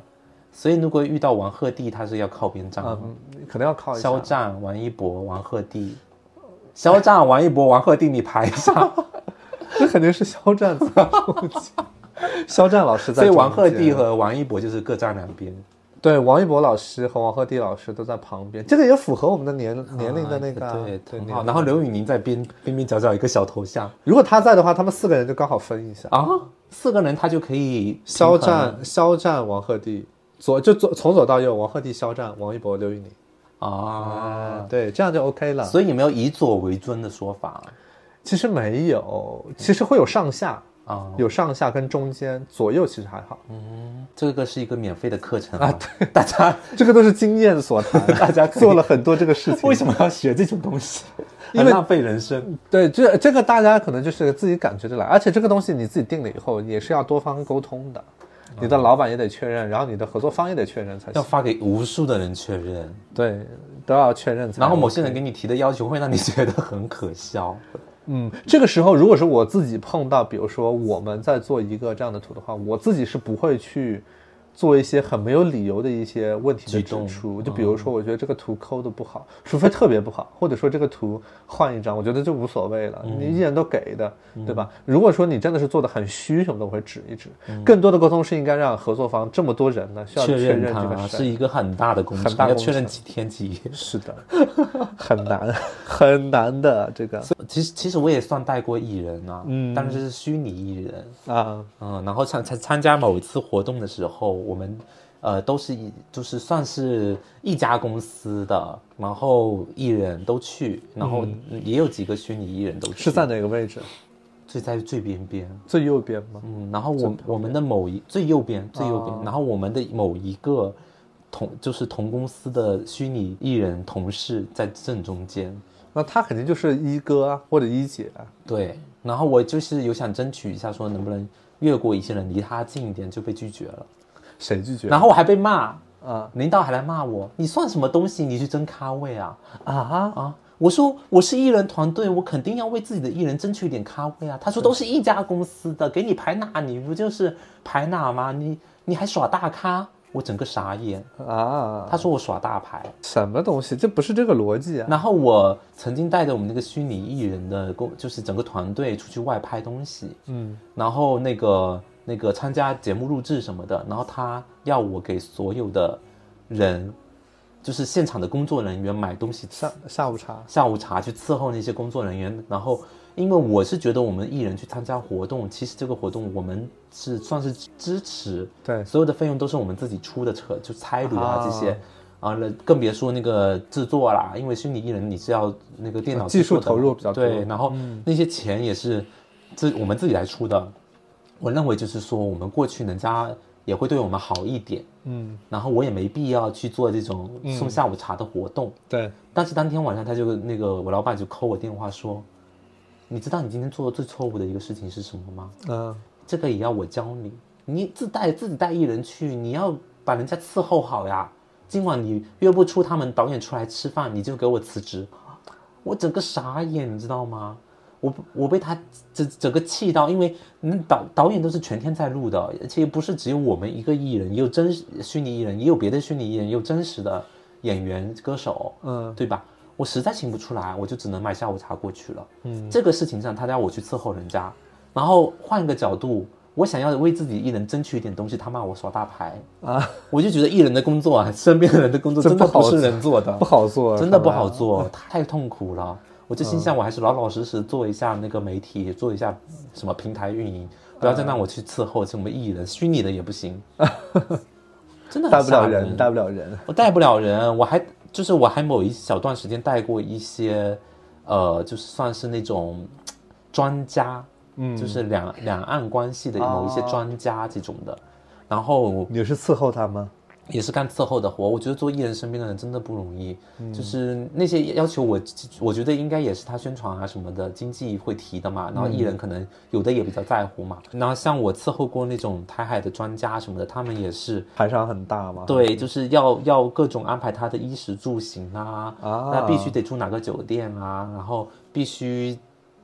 所以如果遇到王鹤棣，他是要靠边站的。
嗯，可能要靠一下
哦肖。战、 王一博、王鹤棣，肖战、王一博、王鹤棣，你排一下。
那肯定是肖战自杀冲击。 肖战老师在
所以
中间，
王鹤棣和王一博就是各站两边。
对王一博老师和王鹤棣老师都在旁边，这个也符合我们的年年龄的那个啊、
对，
对。
很
年
好。
龄
然后刘宇宁在边边边角角一个小头像
如果他在的话，他们四个人就刚好分一下。
啊，四个人他就可以
肖
平衡了
战、肖战、王鹤棣，左就左从左到右，王鹤棣、肖战、王一博、刘宇宁，
啊，
对，这样就 OK 了。
所以有没有以左为尊的说法
其实没有，其实会有上下，
啊？
有上下跟中间，左右其实还好。
嗯这个是一个免费的课程啊，对，大家
这个都是经验所 谈，大家做了很多这个事情。
为什么要学这种东 西？
因为
很浪费人生。
对，这这个大家可能就是自己感觉着来，而且这个东西你自己定了以后，也是要多方沟通的，你的老板也得确认，然后你的合作方也得确认才
哦要
行。
发给无数的人确认，
对，都要确认才。
然后某些人给你提的要求会让你觉得很可笑。
嗯，这个时候如果是我自己碰到，比如说我们在做一个这样的图的话，我自己是不会去做一些很没有理由的一些问题的
举
指
动
出。就比如说，我觉得这个图抠的不好，除非特别不好，或者说这个图换一张，我觉得就无所谓了，你一人都给的，对吧？如果说你真的是做的很虚什么的，我会指一指。更多的沟通是应该让合作方这么多人呢，需要确认这个
它
事
是
儿。
一个很大的工
很
程，
大
要
工
确认几天几夜。
是的，很难，很难的这个
其实其实我也算带过艺人啊，嗯，但是是虚拟艺人，
啊，
嗯，然后参参参加某一次活动的时候，我们呃都是一就是算是一家公司的，然后艺人都去，然后嗯也有几个虚拟艺人都
嗯
去，
是在哪个位置？
最在最边边，
最右边吗？
嗯，然后我我们的某一最右边最右边，
哦
然后我们的某一个同就是同公司的虚拟艺人同事在正中间，
那他肯定就是一哥啊，或者一姐啊，
对，然后我就是有想争取一下，说能不能越过一些人离他近一点，就被拒绝了，
谁拒绝
然后我还被骂，
啊
领导还来骂我，你算什么东西？你去争咖位啊
啊？
啊！我说我是艺人团队，我肯定要为自己的艺人争取一点咖位啊。他说都是一家公司的，给你排哪你不就是排哪吗？你你还耍大咖，我整个傻眼。
啊，
他说我耍大牌，
什么东西？这不是这个逻辑啊！
然后我曾经带着我们那个虚拟艺人的工，就是整个团队出去外拍东西，
嗯，
然后那个那个参加节目录制什么的，然后他要我给所有的人，就是现场的工作人员买东西吃
下下午茶
下午茶去伺候那些工作人员。然后，因为我是觉得我们艺人去参加活动，其实这个活动我们是算是支持，
对
所有的费用都是我们自己出的车，就差旅啊
啊
这些。啊，那更别说那个制作啦，因为虚拟艺人你是要那个电脑
啊技术
制作的
投入比较多嗯
对，然后那些钱也是自我们自己来出的。我认为就是说，我们过去人家也会对我们好一点，
嗯，
然后我也没必要去做这种送下午茶的活动。
对，
但是当天晚上，他就那个我老板就扣我电话说：“你知道你今天做的最错误的一个事情是什么吗？
嗯、
这个也要我教你。你自带自己带艺人去，你要把人家伺候好呀。今晚你约不出他们导演出来吃饭，你就给我辞职。”我整个傻眼，你知道吗？我我被他整整个气到，因为嗯导导演都是全天在录的，而且不是只有我们一个艺人，也有真实虚拟艺人，也有别的虚拟艺人，也有真实的演员歌手。
嗯，
对吧？我实在请不出来，我就只能买下午茶过去了。嗯，这个事情上，他要我去伺候人家，然后换一个角度，我想要为自己艺人争取一点东西，他骂我耍大牌
啊，
我就觉得艺人的工作啊，身边的人的工作
真
真的
不好
不是人做的
不，啊好做，
真的
看来
不好。做，太痛苦了。我就
嗯
心想，我还是老老实实做一下那个媒体，做一下什么平台运营，
嗯
不要再让我去伺候什么艺人，虚拟的也 不行，真的很
带不了
吓
人，带不了人。
我带不了人，我还就是我还某一小段时间带过一些，呃，就是算是那种嘖专家，嗯，就是两两岸关系的某一些专家这种的，然后
你是伺候他吗？
也是干伺候的活。我觉得做艺人身边的人真的不容易，就是那些要求我，我觉得应该也是他宣传啊什么的，经济会提的嘛。然后艺人可能有的也比较在乎嘛。然后像我伺候过那种台海的专家什么的，他们也是。
排场很大吗？，
对，就是要要各种安排他的衣食住行啊，
啊
那必须得住哪个酒店啊，然后必须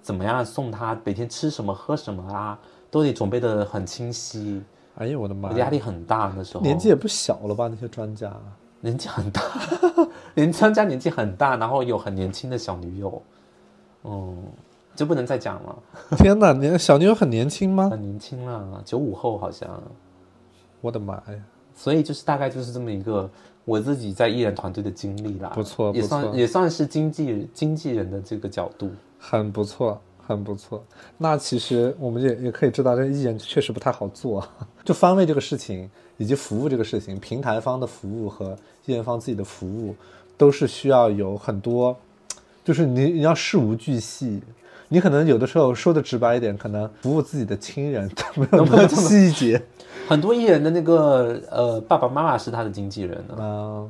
怎么样送他，每天吃什么喝什么啊，都得准备的很清晰，
哎呦我的妈呀！
压力很大那时候。
年纪也不小了吧？那些专家，
年纪很大， 连专家年纪很大，然后有很年轻的小女友，嗯，就不能再讲了，
天哪，你小妞很年轻吗？
很年轻了，九五后好像，
我的妈呀！
所以就是大概就是这么一个我自己在艺人团队的经历啦，
不错
也
不错
算也算是经纪经纪人的这个角度，
很不错，很不错。那其实我们也也可以知道，这艺人确实不太好做。 就番位这个事情，以及服务这个事情，平台方的服务和艺人方自己的服务，都是需要有很多，就是你你要事无巨细。你可能有的时候说的直白一点，可能服务自己的亲人，没有那么细 节。
很多艺人的那个呃爸爸妈妈是他的经纪人呢，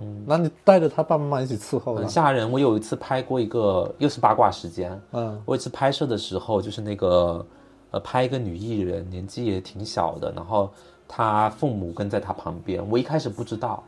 嗯，那你带着他爸爸妈妈一起伺候
很
了。
吓人。我有一次拍过一个，又是八卦时间。
嗯
我有一次拍摄的时候，就是那个呃，拍一个女艺人，年纪也挺小的，然后她父母跟在她旁边。我一开始不知道，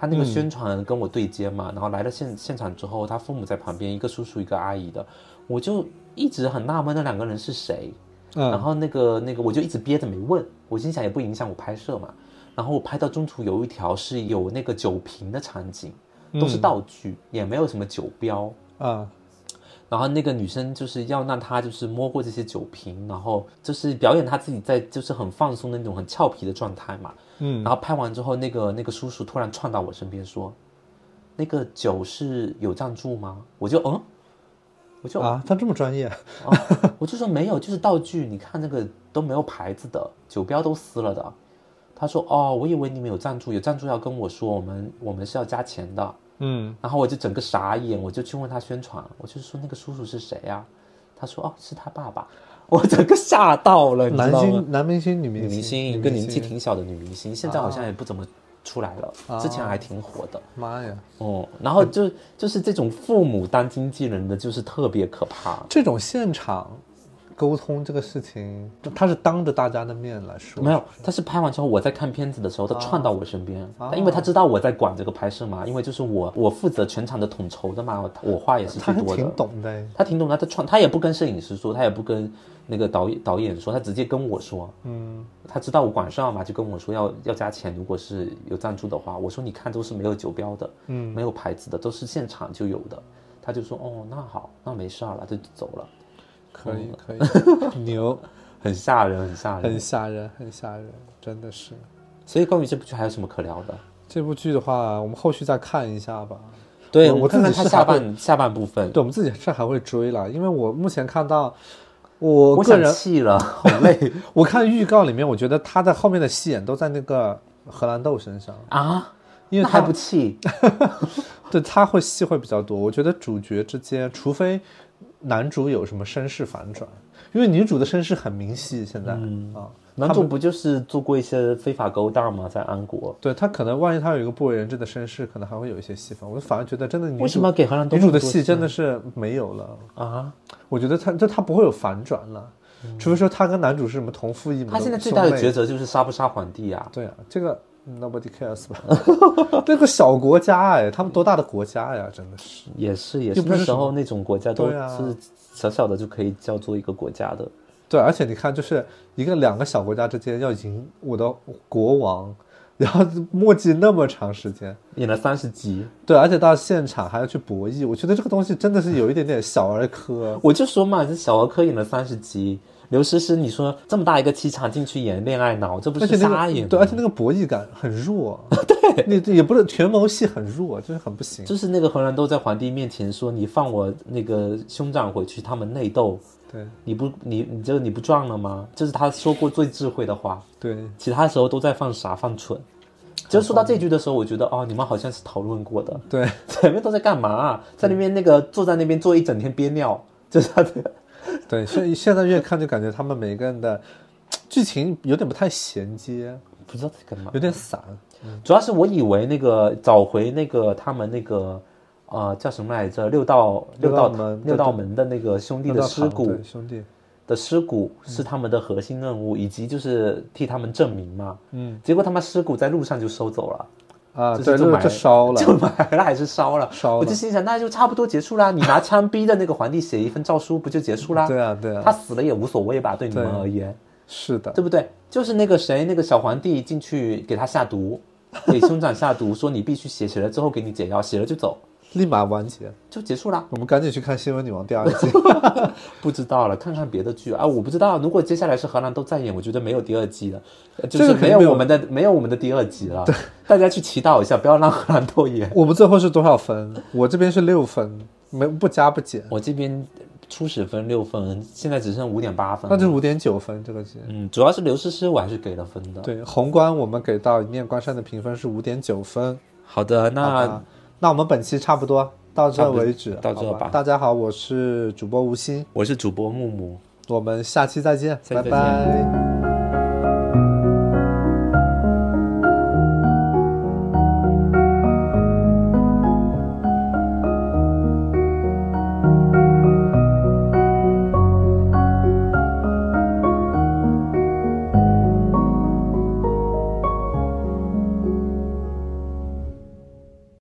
她那个宣传跟我对接嘛，然后来了现现场之后，她父母在旁边，一个叔叔一个阿姨的，我就一直很纳闷那两个人是谁。然
嗯，
后那个那个，我就一直憋着没问，我心想也不影响我拍摄嘛。然后我拍到中途有一条是有那个酒瓶的场景，都是道具，也没有什么酒标。嗯
啊
然后那个女生就是要让他就是摸过这些酒瓶，然后就是表演他自己在就是很放松的那种很俏皮的状态嘛。
嗯
然后拍完之后，那个那个叔叔突然窜到我身边说：“那个酒是有赞助吗？”我就嗯，我就
啊，他这么专业，
啊，我就说没有，就是道具，你看那个都没有牌子的，酒标都撕了的。他说哦，我以为你们有赞助，有赞助要跟我说，我们我们是要加钱的。
嗯
然后我就整个傻眼，我就去问他宣传，我就说那个叔叔是谁呀、他说哦，是他爸爸。我整个吓到了，你知
男
道吗？
星、男明星、女
女
明
明星，一
女
个
明
年纪挺小的女明星，现在好像也不怎么出来了，
啊
之前还挺火的。
妈呀！
哦，然后就就是这种父母当经纪人的，就是特别可怕。
这种现场沟通这个事情，他是当着大家的面来说，
没有，他是拍完之后，我在看片子的时候，他窜到我身边，
啊
但因为他知道我在管这个拍摄嘛，因为就是我我负责全场的统筹的嘛，我我话也是
他
最
还
多
挺
的。
懂的。
他挺懂的，他串，他也不跟摄影师说，他也不跟那个导演导演说，他直接跟我说，
嗯，
他知道我管事儿嘛，就跟我说要要加钱，如果是有赞助的话，我说你看都是没有酒标的，嗯，没有牌子的，都是现场就有的，他就说哦那好，那没事儿了，他就走了，
可以可以， 牛，
很吓人，很吓
很
人。
吓人，很吓人，真的是。
所以关于这部剧还有什么可聊的？
这部剧的话，我们后续再看一下吧。
对
我我
看
自
看
己
他
是
下
还会
半下半部分，
对我们自己是还会追啦，因为我目前看到，我
我
个
想
人
气了，好 累
我看预告里面，我觉得他在后面的戏眼都在那个荷兰豆身上，
啊！
因为
那
他
还不气，
对，他会戏会比较多。我觉得主角之间，除非男主有什么身世反转，因为女主的身世很明晰，现在、
嗯
啊，
男主不就是做过一些非法勾当吗？在安国，
对他可能万一他有一个不为人知的身世，可能还会有一些戏份。我反而觉得真的女主
为什么要给荷兰豆
女主
这么
的
多
戏真
戏
的是没有了？
啊，嗯
我觉得他就他不会有反转了，除非说他跟男主是什么同父异母。
他现在最大的
角
抉择就是杀不杀皇帝啊？
对啊，这个 nobody cares 吧？ 这个小国家哎，他们多大的国家呀，真的是。
也是也
又
是，
不是
那时
什么
候那种国家都
对啊
是小小的就可以叫做一个国家的，
对，而且你看，就是一个两个小国家之间要赢我的国王，然后墨迹那么长时间，
演了三十集，。
对，而且到现场还要去博弈，我觉得这个东西真的是有一点点小儿科
我就说嘛，这小儿科演了三十集，刘诗诗，你说这么大一个气场进去演恋爱脑， 这不
而且
是
那
瞎
个
演吗？
对，而且那个博弈感很 弱，对，你也不是权谋戏很弱，就是很不行。
就是那个荷兰豆在皇帝面前说：“你放我那个兄长回去，他们内斗，
对
你不你你这你不撞了吗？”这是他说过最智慧的话，
对，
其他时候都在放傻放蠢。就说到这句的时候，我觉得哦，你们好像是讨论过的，
对，
前面都在干嘛、啊？在那边那个坐在那边坐一整天憋尿， 就是他的。
对，现现在越看就感觉他们每个人的剧情有点不太衔接，
不知道在干嘛
有。点散。
主要是我以为那个找回那个他们那个呃叫什么来着？六道
六
道
道门
六道门的那个兄弟的尸骨
对兄弟，
的尸骨是他们的核心任务，以及就是替他们证明嘛。嗯，结果他妈尸骨在路上就收走了，
啊，
就
对，
是就
就
买
就烧了，
就埋了还是烧了？
烧了
我就心想，那就差不多结束啦。你拿枪逼着那个皇帝写一份诏书，不就结束啦？
对啊，对啊，
他死了也无所谓吧，对你们而言。
是的，
对不对？就是那个谁，那个小皇帝进去给他下毒，给兄长下毒，说你必须写，写了之后给你解药，写了就走。
立马完结。
就结束了。
我们赶紧去看《新闻女王》第二季。
不知道了，看看别的剧啊，我不知道。如果接下来是荷兰都在演，我觉得没有第二季了，呃就
这
是
个肯定
没有我们的没有我们的第二季 了。大家去祈祷一下，不要让荷兰豆演。
我们最后是多少分？我这边是六分，没不加不减，
我这边初始分六分，现在只剩五点八分
那
了。
就是五点九分这个是。
嗯，主要是刘诗诗，我还是给了分的。，
对，宏观我们给到一面关山的评分是五点九分。
好的，
好
那
吧那我们本期差不多到
差
这
不多
为止，
到这
好吧
吧
大家好，我是主播吴昕，
我是主播木木。
我们下期再见，
下期再
拜
见
拜